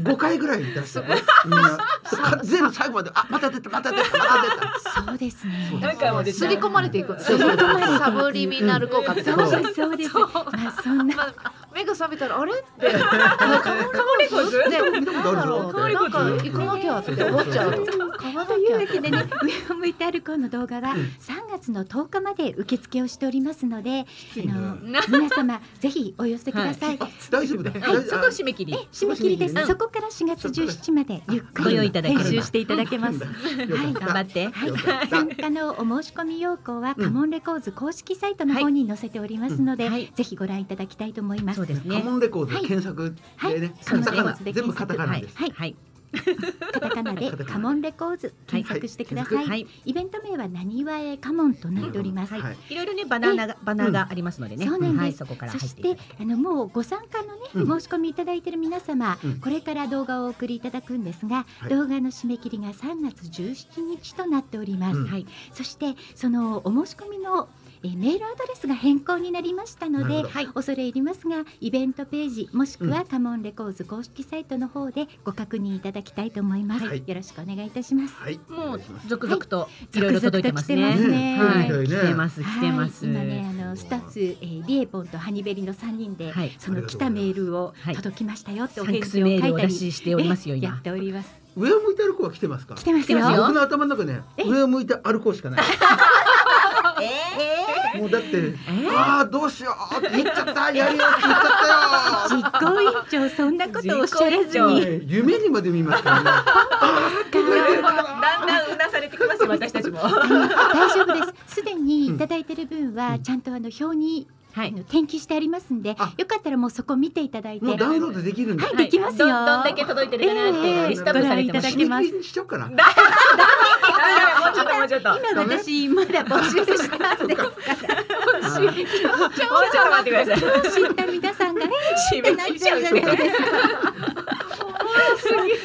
五回ぐらい出したね。みんなか全部最後まであまた出たまた出たまた出た。
そうですね
なんかもう出
刷
た
り込まれていく。
そうそう
サブリミナル効果って
そ
こ
う
と。
ですそうです
そう
まあそんな
まあ目が覚めたらあれって。カモレコ
ーズ
で
見たことあるぞ。
香り
なんか行かなきゃって思っちゃう。買わな
というわ
きゃ。
けでね上を向いて歩こうの動画は3月の10日まで受付をしておりますのであの皆様ぜひお寄せください、
あ大丈夫だ。
はい、そこ
し
締め切り。
締め切りです、
うん
そこから4月17日までゆっく
ご用意
り
いただければ
編集していただけます
は
頑
い
張って。
はい
よかっ、た
参加のお申し込み要項は、
うん
カモンレコーズ公式サイトの方に載せておりますので、
うんはい
ぜひご覧いただきたいと思います。
そうです
カ
ね。
モンレコード
はい
検索でね、
そ
カ
う
タカナ
そう
全部カタカナです。
はい、
はい。
カタカナで
カタカナで
カモンレコーズ検索してください。
はい。
イベント名はなにわえカモンとなっております。
は
い
い
ろいろね、バナナが、バナナがありますのでね。
そうなんです
はい、そこから
そ
入っ
して
いただ
て
いて。
あのもうご参加のね、
うん
申し込みいただいている皆様、
うん
これから動画をお送りいただくんですが、
はい
動画の締め切りが3月17日となっております、
うん
はい、そしてそのお申し込みのえーメールアドレスが変更になりましたの
なる
で
ほど
はい。
恐れ入りますがイベントページもしくはカモンレコーズ公式サイトの方でご確認いただきたいと思います、
はい
よろしくお願いいたします
はい。
も
お願
う
いします
続々といろいろ届いてます
続々と来て
ね。
ますね
はい、来てます、
は
来
い
てます。
今ねあのスタッフ、えーリエポンとハニベリの三人で、
はい
その来たメールを
はい
届きましたよって
サ
お
ッ
返
クス
事を書
メ
い
ー
た
ルをお
り
出ししておりますよ、
えや
今
っ。ております
上を向いて歩こうは来てますか。
来てますよ
来てますよ
僕の頭の中ね、上を向いて歩こう しかない。もうだって、ああどうしようって言っちゃった、やるよって言っちゃったよ。
実行委員長そんなことをおっしゃらず
実行委員
に
ね夢にまで見ますからね。
だんだんうなされてきますよ、私たちも。
あ
は
の大丈夫ですすでにいただいてる分はちゃんとあの表にあ
い
の。転記してありますんでよか
あ
ったらもうそこ見ていただいて
もうダウンロードできるんだ。
はいできますよ
どんどんだけ届いてるかなっていうのをリストアップされてます
ええご覧いただ
締
け
め
ます
切りにしちゃおうかな。
あもうちょっともうちょっと。もう
今私まだ募集したんですから
ちょっと待ってください。
死んだ皆さんがね
締
ってなっちゃうじゃないですか。でも
ダメ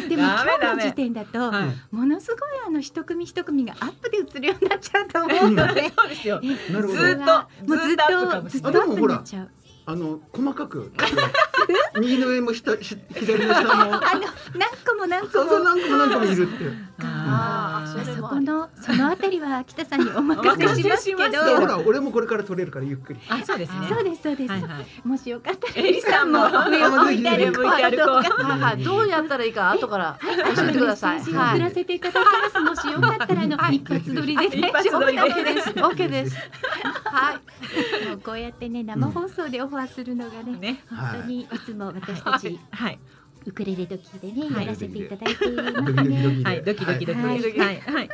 今
ダ
日の
メ
時点だと、
はい
ものすごいあの一組一組がアップで映るようになっちゃうと思うので。
そうです よ。
なるほ
ず
ど。
ーっと
もうずっ
ずーっと
と
アップかもし
ず
れ
っとア
な
ッ
い
プになっちゃう。
あの細かく。右の上も下し左の下も。
あの何個も何個
そうそう
も。
何個も何個もいるっていう。
あー
あ
それ
そ
もあ
こ
り
のそのあたりは秋田さんにお任せしますけど。
お任せし
だか
ま
ら俺もこれから取れるからゆっくり。
あ、そうですね。
そうですそうです。
はいはい
もしよかったら
エリさんも
上を向いて
上
歩
向いて歩こう
こう
はいはい、どうやったらいいか後から
教
教えてください。は
送ら
い。
せていただきます。もしよかったらあの、
はい
一発撮りで
一発撮りで
大丈夫です。
オッケーです。はい。
もうこうやってね生放送でオファーするのがね、
ね。
本当にいつも私たち
はい。
ウクレレ時でね、
はい
やらせていただいていま
ド
す
キドキド
ね。
キで
はい。ドキドキドキ。
は
はいい。はい。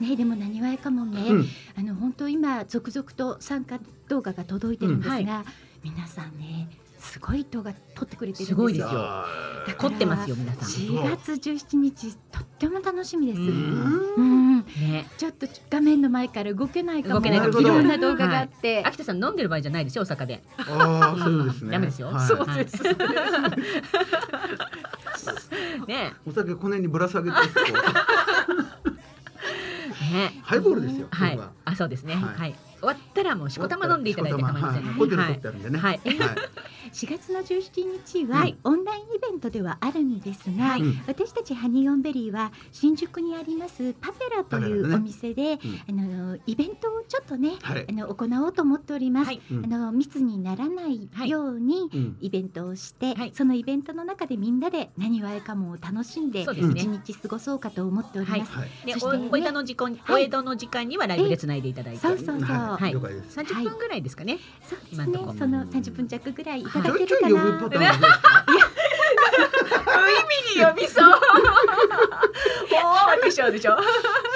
ねでもなにわやかもね、
うん
あの本当今続々と参加動画が届いてるんですが、
うん
皆さんねすごい動画撮ってくれてるんですよ。
すごいですよ
あ
だ
ー
か
凝
ら
ってますよ、皆さ
4月17日とっても楽しみです。
うん
うん
ん。ね。
ちょっと画面の前から動けないかも
動けない
かも
いろんな動画があって、
秋田さん飲んでる場合じゃないですよ、大阪で。
あーそうですね。
ダメですよ。
はい
す。ね。
お酒この辺にぶら下げてこう
ね。
ハイボールですよ。
は
僕
い
は。
あ、そうですね。
はい
はい。終わったらもうしこたま飲んでいただいて構いませんの
はい
で。
ホテル取ってあるんでね。
はい
4月の17日は、
はい
オンラインイベントではあるんですが、
はい
うん
私たちハニーオンベリーは新宿にありますパペラとい
パペラ
う
ね
お店で、あのイベントをちょっとね、
はい
あの行おうと思っております。
はい
うん
あの密にならないように、
うん
イベントをして、
はい
そのイベントの中でみんなで何わえかもを楽しんで
そう
一
ですね
日過ごそうかと思っております。
はい。
で、
そしてね
おお江戸の時間に、
はい
お江戸の時間にはライブでつないでいただいて
そう。そうそう、
はい
はい
了解です。
三十分ぐらいですかね。
そうです
今
ね
のとこ。
その三十分弱ぐらいいた
ち
だ
ょ
け
いち
る
ょ
か
い呼
な。
ぶパターンどうですか。
意味に呼びそう。 おお、でしょでしょ。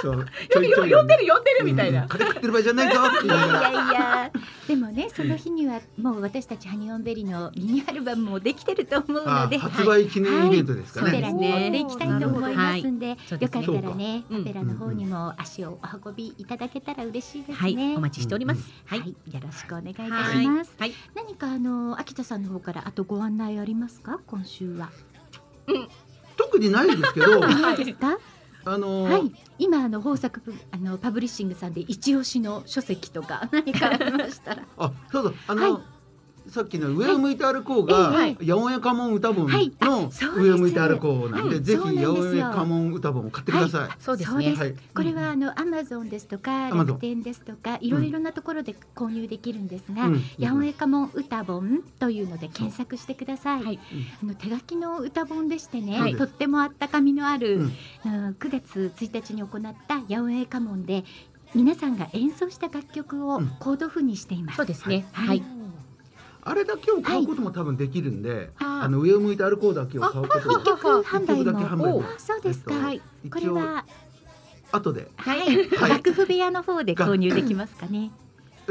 そう。
呼んでる呼んでるみたい
うん
な。
金食ってる場合じゃないぞって
い
言い
や
ないが
や
ら。
いや、でもね、その日にはもう私たちハニオンベリーのミニアルバムもできてると思うの
あ
で、
ー発売記念イベントですか
カペラ
ね。
に持っていきたいと思いますんで、
そう
よ
です
かっ
ね
たらね、
そうか
カペラの方にも足をお運びいただけたら嬉しいです
はい、
ね。
お待ちしております。
は、
はいい。
よろしくお願いいたし
は
ます。
はい。
何かあの秋田さんの方からあとご案内ありますか今週は。
特にないんですけど、
どうですか。
あの、
はい、今あの豊作プあのパブリッシングさんで一押しの書籍とか 何かありましたら。
あ、そうだ、あの、
は
さっきの上を向いて歩こうが、
はい
八百屋家紋歌本
はいあ
の
そうです
上を向いて歩こうなんで、
はい
ぜひ
そ
八
うなんですよ
百屋家紋歌本を買ってください。
そうです
そう
ね
で
はい、
これはあのアマゾンですとか
Amazon
楽天ですとかいろいろなところで購入できるんですが
うん、
八百屋家紋歌本というので検索してください。
はい
あの手書きの歌本でしてね、
はい
とっても温かみのある、
うん
うん9月1日に行った八百屋家紋で皆さんが演奏した楽曲を
うん
コード譜にしています。
そうですね
は
はいい、
あれだけを買うことも多分できるんで、
あー
あの上を向いて歩こうだけを買うこと
一曲販売
一曲だけ販売
も
も
あそうですか、
はい
これ
一応
は、
後で
はい、
はい
楽譜部屋の方で購入できますかね。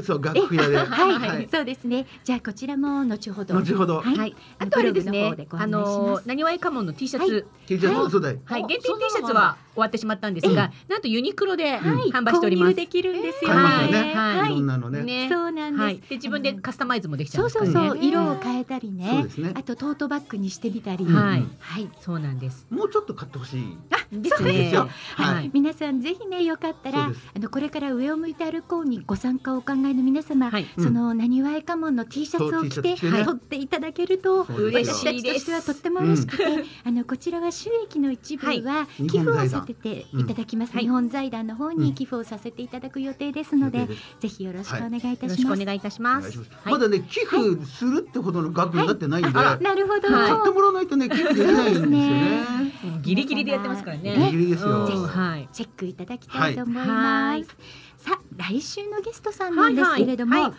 そう楽譜屋で、
はい、
はい
そうですね。じゃあこちらも後ほど。
後ほど、
はい、
はい
あ
あ
の
とあれです
ブログの方
ね
でご
あ
案内します
のなにわいかもんの T シャツ
ケージャー
は
の
い
世代、
はい
お
限定
そんな
T
の
シャツは終わってしまったんですがなんとユニクロで
はい
販売しておりま
購入
す
できるんですよ
買
ね。
いますよね、
はい
い、
はい
ろんなのね
ね
そうなんです。
はいで自分でカスタマイズもできちゃ
そううそう
ですから
そ
ね
う、色を変えたりね。
そうですね
あとトートバッグにしてみたり。
はい
うん
はい。
そうなんです
もうちょっと買ってほしい
です
で
ね
すよ、
はい
はい
皆さんぜひねよかったら
そうです
あのこれから上を向いて歩こうにご参加をお考えの皆様、
はい
そのなにわいかもんの T シャツを着て
そう T シャツ着てね
はい撮っていただけると
そうですよ
私たちとしてはとっても嬉しくて、あのこちらは収益の一部は
い
寄付をさせていただきます、
うん
日本財団の方に寄付をさせていただく予定ですので、
予定です
ぜひよろしくお願いいた
よろ
し
しく
ま
お
す。
願いいたし
お
ま
願い
す
します
はい
まだね寄付するってほどの額になってないんで、
あなるほど、
はい
買ってもらわないとね寄付できないんですよね
そ
ギリギリでやってますからね
ギリギリですよ
うんはい
チェックいただきたいと思い
は
ま
いは
す
い。
さあ来週のゲストさんなんですけれども、
はいは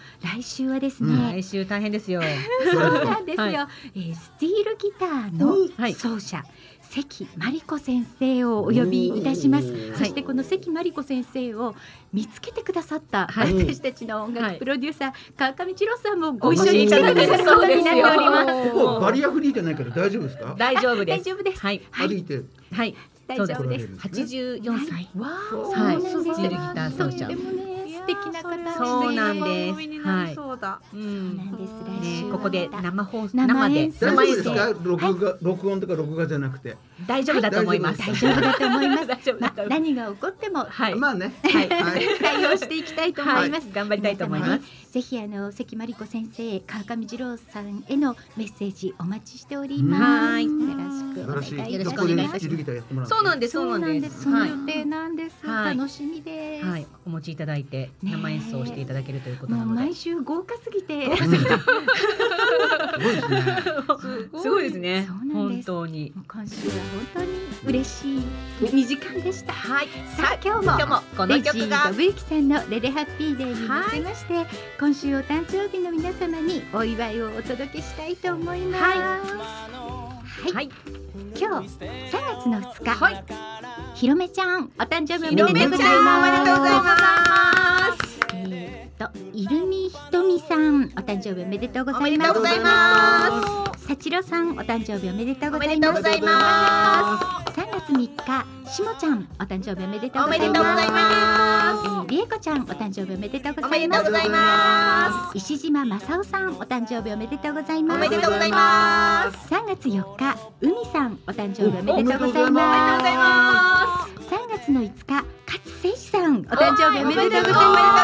来
い
週はですね、
うん
来週大変ですよ
そうなんですよ、
はい
えースティールギターの
はい
奏者、関真理子先生をお呼びいたします
おー
そしてこの関真理子先生を見つけてくださった、
はい
私たちの音
は
楽
い
プロデューサー、川上一郎さんもご一
お
緒
越し
に
い
来
た
てく
だけ
だ
る
さるこ
そう
と
で
に
す
なっ
よ
ております
ここバリアフリーじゃないから大丈夫ですか
大丈夫で
大
す
丈夫です、
はい
はい
歩いて
はい
大
そう
丈夫
来られ
です
るんですね
84歳
わ
そう
はい
そうなんです
スティールギター奏
と
者
ってもね素敵な方です
そうなんです
はい。そうだ。
うん
なんです来週
ね
は
ここで
また
生放送
生
生で
演奏
大
生演
丈夫です
奏
か録画、録音とか録画じゃなくて
大丈夫だと思います
大
丈夫だと思います
大丈夫 だ
ま
と
あ
思いま
何
す
が起こっても
はい
まあね
はい
はい
対応していきたいと思います、
頑張りたいと思います
ぜひあの関真理子先生、川上二郎さんへのメッセージお待ちしております。
はい
よろしくお願いいたし
よろし
そ
く
こ
お
で
願い
ま
し
す
ま。
チルギターやってもらう。
そうなんです
そうなんです。その
はい
予定なんです。
はい
楽しみです。
はいお持ちいただいて
ねえ
生演奏をしていただけるということ
も
な
う
ので
毎週豪華すぎて、
うん。すごいですね。
すごいですね
そうなんで
本
す
当に
もう今週は本当に嬉しい2時間でした。
はい
さあ今日も
今日もこ
レ
の
ジー
曲が
とブユキさんのレレハッピーデーに乗せまして、今週お誕生日の皆様にお祝いをお届けしたいと思います。はい
はい
今日3月の2日、
はい
ひろめちゃんお誕生日お
ひろ
めでと
め
うご
ち
ざい
ゃんおめでとうござい
ま
ます
す。えーっとイルミひとみさんお誕生日おめでとうございます。。
おめでとうございます
さちろさんお誕生日おめでとうござい
おめでと
ま
うご
す。
ざいま
3月3日しもちゃんお誕生日おめでとう
お
ござ
めで
い
とうござ
ます。
います
りえこちゃんお誕生日おめでとうござ
おめ
い
で
ま
と
す
うございま
石島正夫さんお誕生日おめでとうございますす
おめでとうございます
3月4日海さんお誕生日おめでとうござい
おめでとうござい
ま
ます
す3月の5日勝誠司さんお誕生日おめでとうござい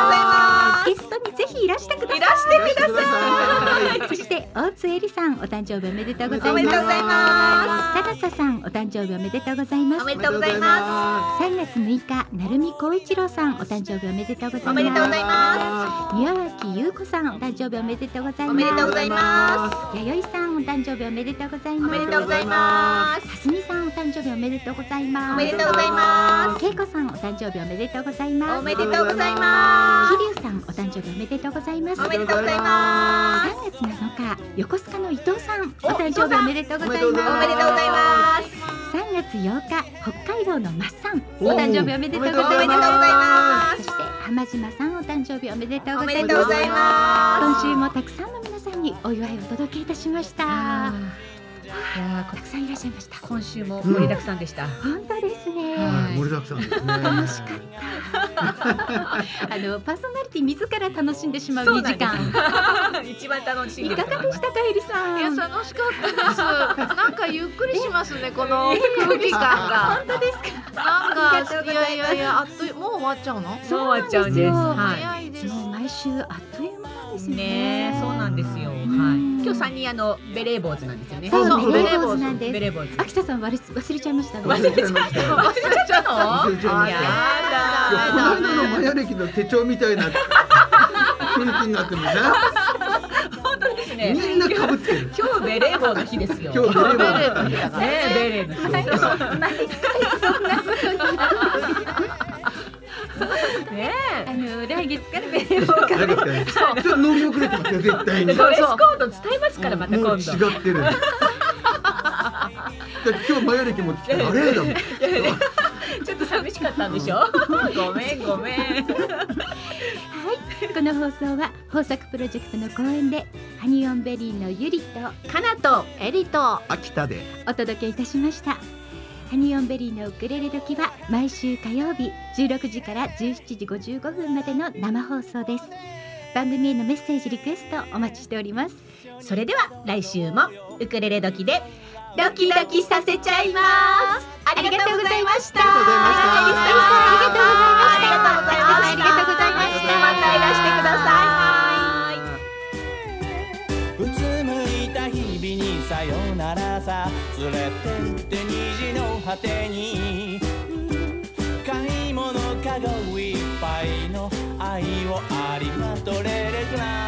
ま
は
すゲストにぜひいらしてください
いらしてください
そして大津えりさんお誕生日おめでとうございます
おめでとうございます
高佐さんお誕生日おめでとうございます
おめでとうございま
3月6日成美光一郎さんお誕生日おめでとうございます
おめでとうございま
宮脇優子さんお誕生日おめでとうございます
おめでとうございま
弥生さんお誕生日おめでとうござい
すお
ます
めでとうございます
蓮見さんお誕生日おめでとうございます
おめでとうございま
恵子さんお誕生日おめでとうござい
す
ます
おめでとうございます
桐生さんお誕生日おめでとうございます
おめでとうございま
3月
す
7日横須賀の伊藤さんお誕生日おめでとうございます
おめでとうございます
3月8日北海道のマッサン
お
お誕生日おめでとうござ
おめ
い
でとうご
ます
ざいます
そして浜島さんお誕生日おめでとうご
お
ざ
め
い
で
ま
とう
す
ございま
今週もたくさんの皆さんにお祝いをお届けいたしました
すいやー
たくさんいらっしゃいました
今週も盛りだくさんでした、
本当ですね
はい盛りだくさんですね。
楽しかっあのパーソナリティ自ら楽しんでしまう
そう
2
な
時
んです
間。
一番楽しん
い
で
か
る
がでしたかエリさ
いや
ん。
楽しかったです。なんかゆっくりしますねこの空気感が。本当ですか。なんかいやいやいやあっというもう終わっちゃうの。
そう終わっちゃうんです。
そう
はい。
早いです。
もう毎週あっという間なんですよね。
ねそうなんですよ。はい。
ん
今日三人あのベレー坊主なんですよね。
そう
そう
ベレー坊主なん
ベ
です。
レー坊主。
秋田さん忘れ忘れちゃいましたね。
忘れちゃいました。忘れちゃった
忘れちゃいま
の？
し
や
たいや
だ
今度のマヤ歴の手帳みたいな雰囲気になってるね。
本当ですね。
みんなかぶってる。
今日ベレー帽の日ですよ。
今日ベレー帽
の日だからね。ベレーの日。ね
あの来月からベレー帽
誰ですかね。ちょっと飲み遅れてますよ絶対
え。
に。
ドレスコード伝えますからまた
もう
今
違
度。
ってる。だって今日マヤ歴持ってきてあれだもん。
ちょっと寂しかったんでしょ。ごめんごめん。
この放送は豊作プロジェクトの公演でハニオンベリーのゆりと
かなと
エリと
秋田で
お届けいたしましたハニオンベリーのウクレレ時は毎週火曜日16時から17時55分までの生放送です番組へのメッセージリクエストお待ちしております
それでは来週もウクレレ時でドキドキさせちゃいます。ありがとうございました。あ
あ
り
り
が
が
と
とうご
うござ
ざ
い
い
ま
ま
し。
したた
またいらしてください。はーい。
うつむいた日々にさよならさ連れてって虹の果てに買い物かごいっぱいの愛をありがとうレレラ